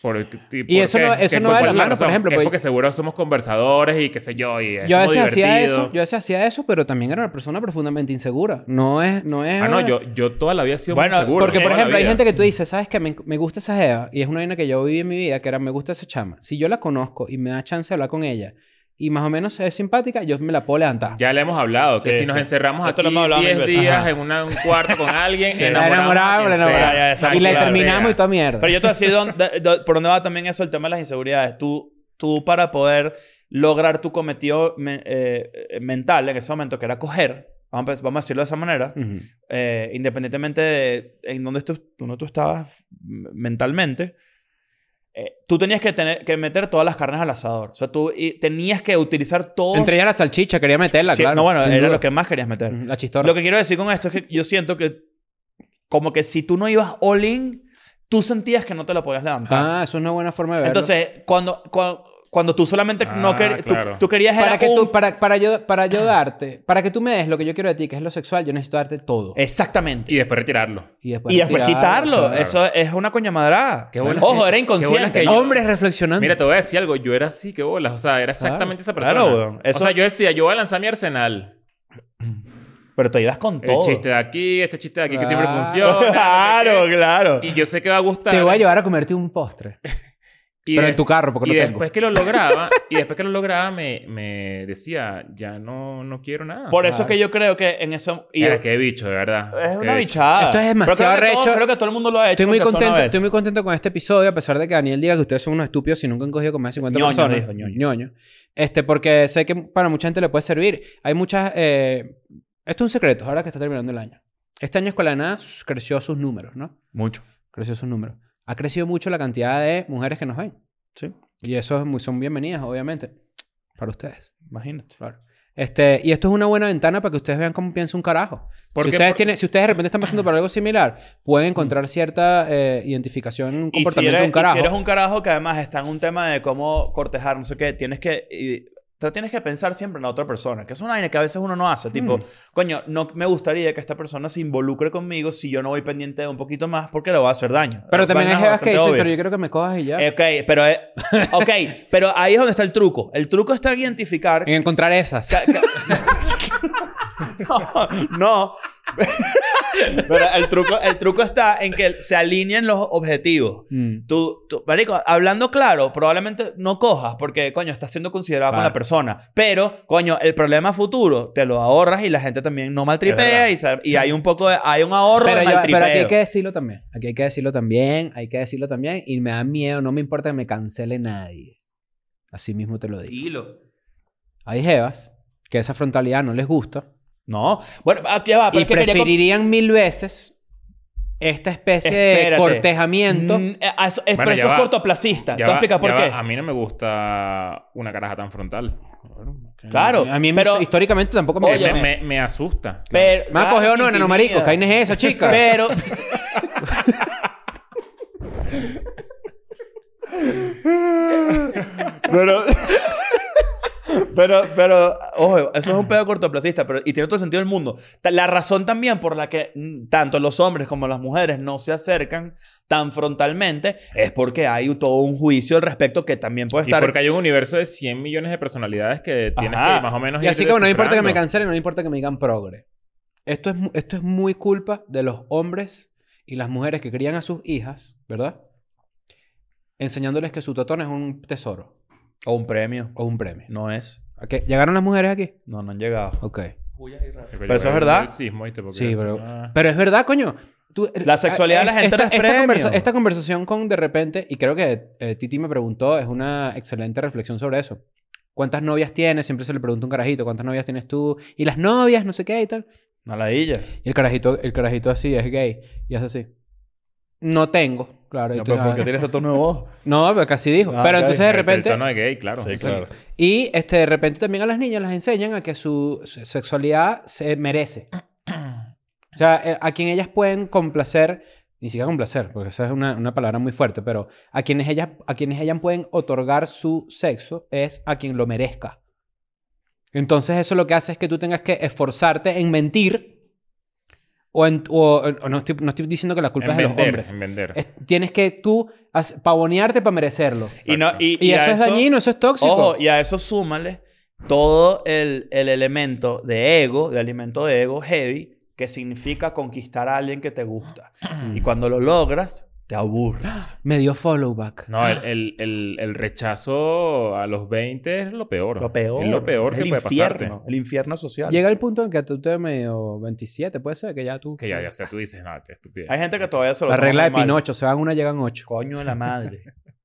Por, el-
Y eso no- eso
que-
no va de
¿cuál
la
es
mano, por
razón?
ejemplo,
Es
pues-
porque seguro somos conversadores y qué sé yo, y es
Yo a
como
veces hacía
divertido.
eso, yo a veces hacía eso, pero también era una persona profundamente insegura. No es, no es.
Ah, no, yo, yo toda la vida he sido
Bueno,
muy seguro.
Porque, por
toda la
ejemplo, hay
vida.
gente que tú dices, ¿sabes qué? Me, me gusta esa jeva. Y es una vaina que yo viví en mi vida, que era, me gusta esa chama. Si yo la conozco y me da chance de hablar con ella y más o menos es simpática, yo me la puedo levantar.
Ya le hemos hablado, que
Sí,
si nos
sí.
encerramos
Esto
aquí
lo hemos hablado mil
10
veces.
días
Ajá.
en una- un cuarto
[laughs]
con alguien,
Sí.
Enamorado,
enamorado, quien
enamorado.
sea.
Ya, ya, está
Ay,
y la
quien
claro.
terminamos
sea.
y toda mierda.
Pero yo te voy a decir dónde- dó- por dónde va también eso el tema de las inseguridades. Tú, tú para poder lograr tu cometido me- eh, eh, mental en ese momento, que era coger, vamos a- vamos a decirlo de esa manera,
Ujú.
eh, independientemente de en dónde tú, dónde tú estabas m- mentalmente, eh, tú tenías que, tener, que meter todas las carnes al asador. O sea, tú y tenías que utilizar todo...
Entre ellas la salchicha, quería meterla,
Sí,
claro.
No, bueno,
sin
era
duda. Mm.
lo que más querías meter.
Ujú, La chistorra.
Lo que quiero decir con esto es que yo siento que como que si tú no ibas all in, tú sentías que no te la podías levantar.
Ah, eso es una buena forma de verlo.
Entonces, cuando, cua- cuando, tú solamente no
Ah,
querías, tú,
claro.
tú querías
para
era
que
un-
tú, para, para yo, para yo darte, para que tú me des lo que yo quiero de ti, que es lo sexual, yo necesito darte todo.
Exactamente.
Y
Y,
después retirarlo.
después,
Eh, después
tirar-
quitarlo.
claro.
Eso es una coña madrada.
Qué bolas
Ojo, era
que- qué bolas
inconsciente.
que
¿no?
yo-
Hombres reflexionando.
Mira, te voy a decir algo. Yo era así, que bolas. O sea, era exactamente esa persona.
Claro, weón. Eso-
O sea, yo decía, yo voy a lanzar mi arsenal.
Pero te ibas con
El
todo.
chiste de aquí, este chiste de aquí que siempre
Claro.
funciona. no sé
[laughs]
[laughs] claro,
qué.
claro.
Y yo sé que va a gustar.
te voy a llevar a comerte un postre.
eh. Y
Pero
de-
en tu carro, porque
y
no tengo.
después que lo lograba, y después que lo lograba, me, me decía, ya no, no quiero nada.
Por eso
claro.
que yo creo que en eso... y-
Era qué bicho, de verdad.
Es
Qué
una
bicho.
bichada.
Esto es
Pero
demasiado
creo que todo-
arrecho.
Creo que todo el mundo lo ha hecho.
Estoy muy
aunque sea una
contento,
vez.
estoy muy contento con este episodio, a pesar de que Daniel diga que ustedes son unos estúpidos si nunca han cogido con más de 50
Ñoño,
personas.
dijo, ñoño.
Este, porque sé que para mucha gente le puede servir. Hay muchas. eh, Esto es un secreto, ahora que está terminando el año. Este año Escuela de Nada s- creció sus números, ¿no?
Mucho.
Creció sus números. Ha crecido mucho la cantidad de mujeres que nos ven.
Sí.
Y eso es muy- son bienvenidas, obviamente. Para ustedes.
Imagínate.
Claro. Este, y esto es una buena ventana para que ustedes vean cómo piensa un carajo. Si
Porque-
ustedes,
por-
tienen, si ustedes de repente están pasando por algo similar, pueden encontrar cierta eh, identificación en un
Y si,
comportamiento
eres,
de un carajo.
y si eres un carajo que además está en un tema de cómo cortejar, no sé qué, tienes que... y- te tienes que pensar siempre en la otra persona, que es una vaina que a veces uno no hace. Tipo,
Mm.
coño, no me gustaría que esta persona se involucre conmigo si yo no voy pendiente de un poquito más porque le va a hacer daño.
Pero también hay
Vainas
jevas que
bastante
dicen,
obvias.
pero yo quiero que me cojas y ya.
Eh, Ok,
[laughs]
pero, eh, ok, pero ahí es donde está el truco. El truco está en identificar...
en encontrar esas.
ca- ca- [laughs] no, no. [laughs] Pero el truco, el truco está en que se alineen los objetivos.
Mm.
Tú, tú- marico, hablando claro, probablemente no cojas porque, coño, estás siendo considerado con
Claro.
la persona. Pero, coño, el problema futuro te lo ahorras y la gente también no maltripea y, se- y hay un poco de... Hay un ahorro
Pero,
de
yo-
maltripeo.
pero aquí hay que decirlo también. Aquí hay que decirlo también. Hay que decirlo también. Y me da miedo. No me importa que me cancele nadie. Así mismo te lo digo.
Dilo.
Hay jevas que esa frontalidad no les gusta.
No. Bueno, aquí va. Ah, Pero
y
es que quería con-
preferirían mil veces esta especie de
Espérate.
cortejamiento.
Mm, eh, a eso- es,
Bueno,
pero
ya
eso es
va.
cortoplacista.
Ya
¿Te
va,
explicas por
ya
qué?
va. A mí no me gusta una caraja tan frontal. Eh,
Claro.
A mí me-
pero,
históricamente tampoco me
Me-
Oye,
gusta.
me, me- me asusta.
pero-
Me ha cogido no,
intimida.
enano marico. ¿Qué vaina es esa, chica?
[laughs] Pero... pero... Pero, pero, ojo, eso es un pedo cortoplacista, pero, y tiene todo el sentido del mundo. Ta- La razón también por la que mm, tanto los hombres como las mujeres no se acercan tan frontalmente es porque hay todo un juicio al respecto que también puede
Y
estar.
porque hay un universo de 100 millones de personalidades que tienes
Ajá.
que más o menos
y así
ir
que bueno, no importa que me
descifrando.
cancelen, no importa que me digan progre. Esto es, mu- esto es muy culpa de los hombres y las mujeres que crían a sus hijas, ¿verdad? Enseñándoles que su totón es un tesoro
O un premio.
o un premio.
No es.
Ok, ¿Llegaron las mujeres aquí?
No, no han llegado.
Ok.
Julias y Rafa.
Pero eso es verdad.
El sismo, ¿viste? Porque
Sí,
eso-
pero,
ah.
pero es verdad, coño. Tú-
La sexualidad de la
eh,
gente
esta,
no es
esta,
premio.
conversa- esta conversación con de repente, y creo que eh, Titi me preguntó, es una excelente reflexión sobre eso. ¿Cuántas novias tienes? Siempre se le pregunta a un carajito, ¿cuántas novias tienes tú? Y las novias, no sé qué y tal.
Maladilla.
Y el carajito, el carajito así es gay y hace así. No tengo, claro. y
No,
tú,
pero ¿por qué
"Ah".
tienes ese tono de voz?
No, pero casi dijo.
Ah,
pero
ok.
entonces de
El-
repente...
El tono de gay, claro.
Sí,
Exacto.
claro.
Y este, de repente también a las niñas las enseñan a que su su sexualidad se merece. O sea, eh, a quien ellas pueden complacer ni siquiera complacer, porque esa es una, una palabra muy fuerte, pero a quienes, ellas, a quienes ellas pueden otorgar su sexo es a quien lo merezca. Entonces eso lo que hace es que tú tengas que esforzarte en mentir o, en- o- o no, estoy, no estoy diciendo que la culpa
en
es de
vender,
los hombres. Este-
en vender.
Es- tienes que tú as- pavonearte para merecerlo.
Y, no,
Exacto.
y,
Y,
y
eso
a
es dañino, eso es tóxico.
Ojo, y a eso súmale todo el, el elemento de ego, de alimento de ego heavy, que significa conquistar a alguien que te gusta.
[clears throat]
Mm.
Y cuando lo logras, te aburres.
Me dio follow back.
No, el, el, el, el rechazo a los 20 es lo peor.
Lo peor.
Es lo peor
es
que
el
puede
infierno,
pasarte.
El infierno social.
Llega el punto en que tú te medio 27, puede ser que ya tú...
Que ya, ya sea, tú dices, nada, qué estupidez.
Hay gente que todavía se lo
La
toma
regla de
muy mal.
Pinocho, se van una, llegan ocho.
Coño de la
[laughs]
madre.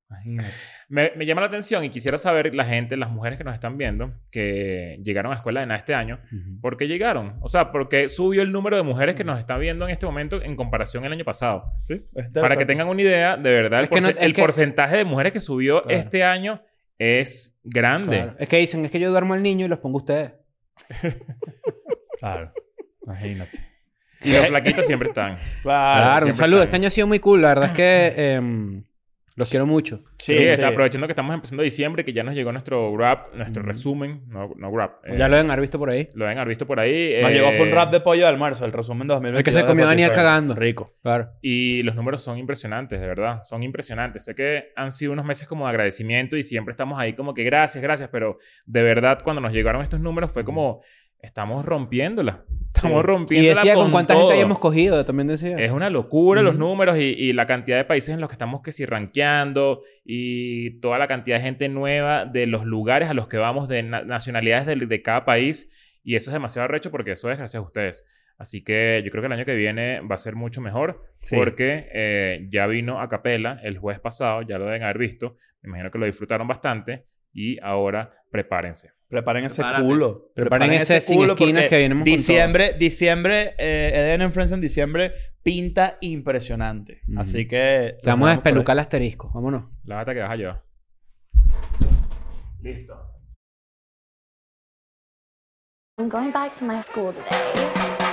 Imagínate.
Me, me llama la atención y quisiera saber la gente, las mujeres que nos están viendo, que llegaron a Escuela de Nada este año, ¿por qué llegaron? O sea, porque subió el número de mujeres que nos están viendo en este momento en comparación al año pasado.
Es
Para que
interesante.
tengan una idea, de verdad, el,
Es que no-
porce-
es
el
que-
porcentaje de mujeres que subió
Claro.
este año es grande.
Claro. Es que dicen, es que yo duermo al niño y los pongo a ustedes.
Claro. Imagínate.
Y los flaquitos siempre están.
Claro, un
siempre
saludo.
están.
Este año ha sido muy cool. La verdad es que em, los quiero mucho.
Sí, está aprovechando que estamos empezando diciembre, que ya nos llegó nuestro wrap, nuestro
Ujú.
resumen, no, no wrap. eh,
Ya lo deben haber visto por ahí.
lo deben haber visto por ahí.
Nos
eh,
llegó fue un rap de pollo de almuerzo, el resumen de 2020.
El que se comió Daniel cagando.
Rico.
Claro.
Y los números son impresionantes, de verdad. Son impresionantes. Sé que han sido unos meses como de agradecimiento y siempre estamos ahí como que gracias, gracias, pero de verdad cuando nos llegaron estos números fue como estamos rompiéndola. Estamos
Y
rompiéndola.
decía con cuánta
todo.
gente habíamos cogido, también decía.
Es una locura los
Ujú.
números y, y la cantidad de países en los que estamos que si rankeando y toda la cantidad de gente nueva de los lugares a los que vamos, de na- nacionalidades de, de cada país. Y eso es demasiado arrecho porque eso es gracias a ustedes. Así que yo creo que el año que viene va a ser mucho mejor
Sí.
porque eh, ya vino a Capela el jueves pasado, ya lo deben haber visto. Me imagino que lo disfrutaron bastante y ahora prepárense.
Preparen ese
Prepárate.
culo.
Preparen ese sin esquinas
porque
que venimos con
Diciembre, diciembre, eh, Eden and Friends en diciembre pinta impresionante.
Ujú.
Así que.
Te vamos a
los dejamos por ahí.
despelucar el asterisco. Vámonos.
La gata que vas a llevar. Listo.
I'm going back to my school today.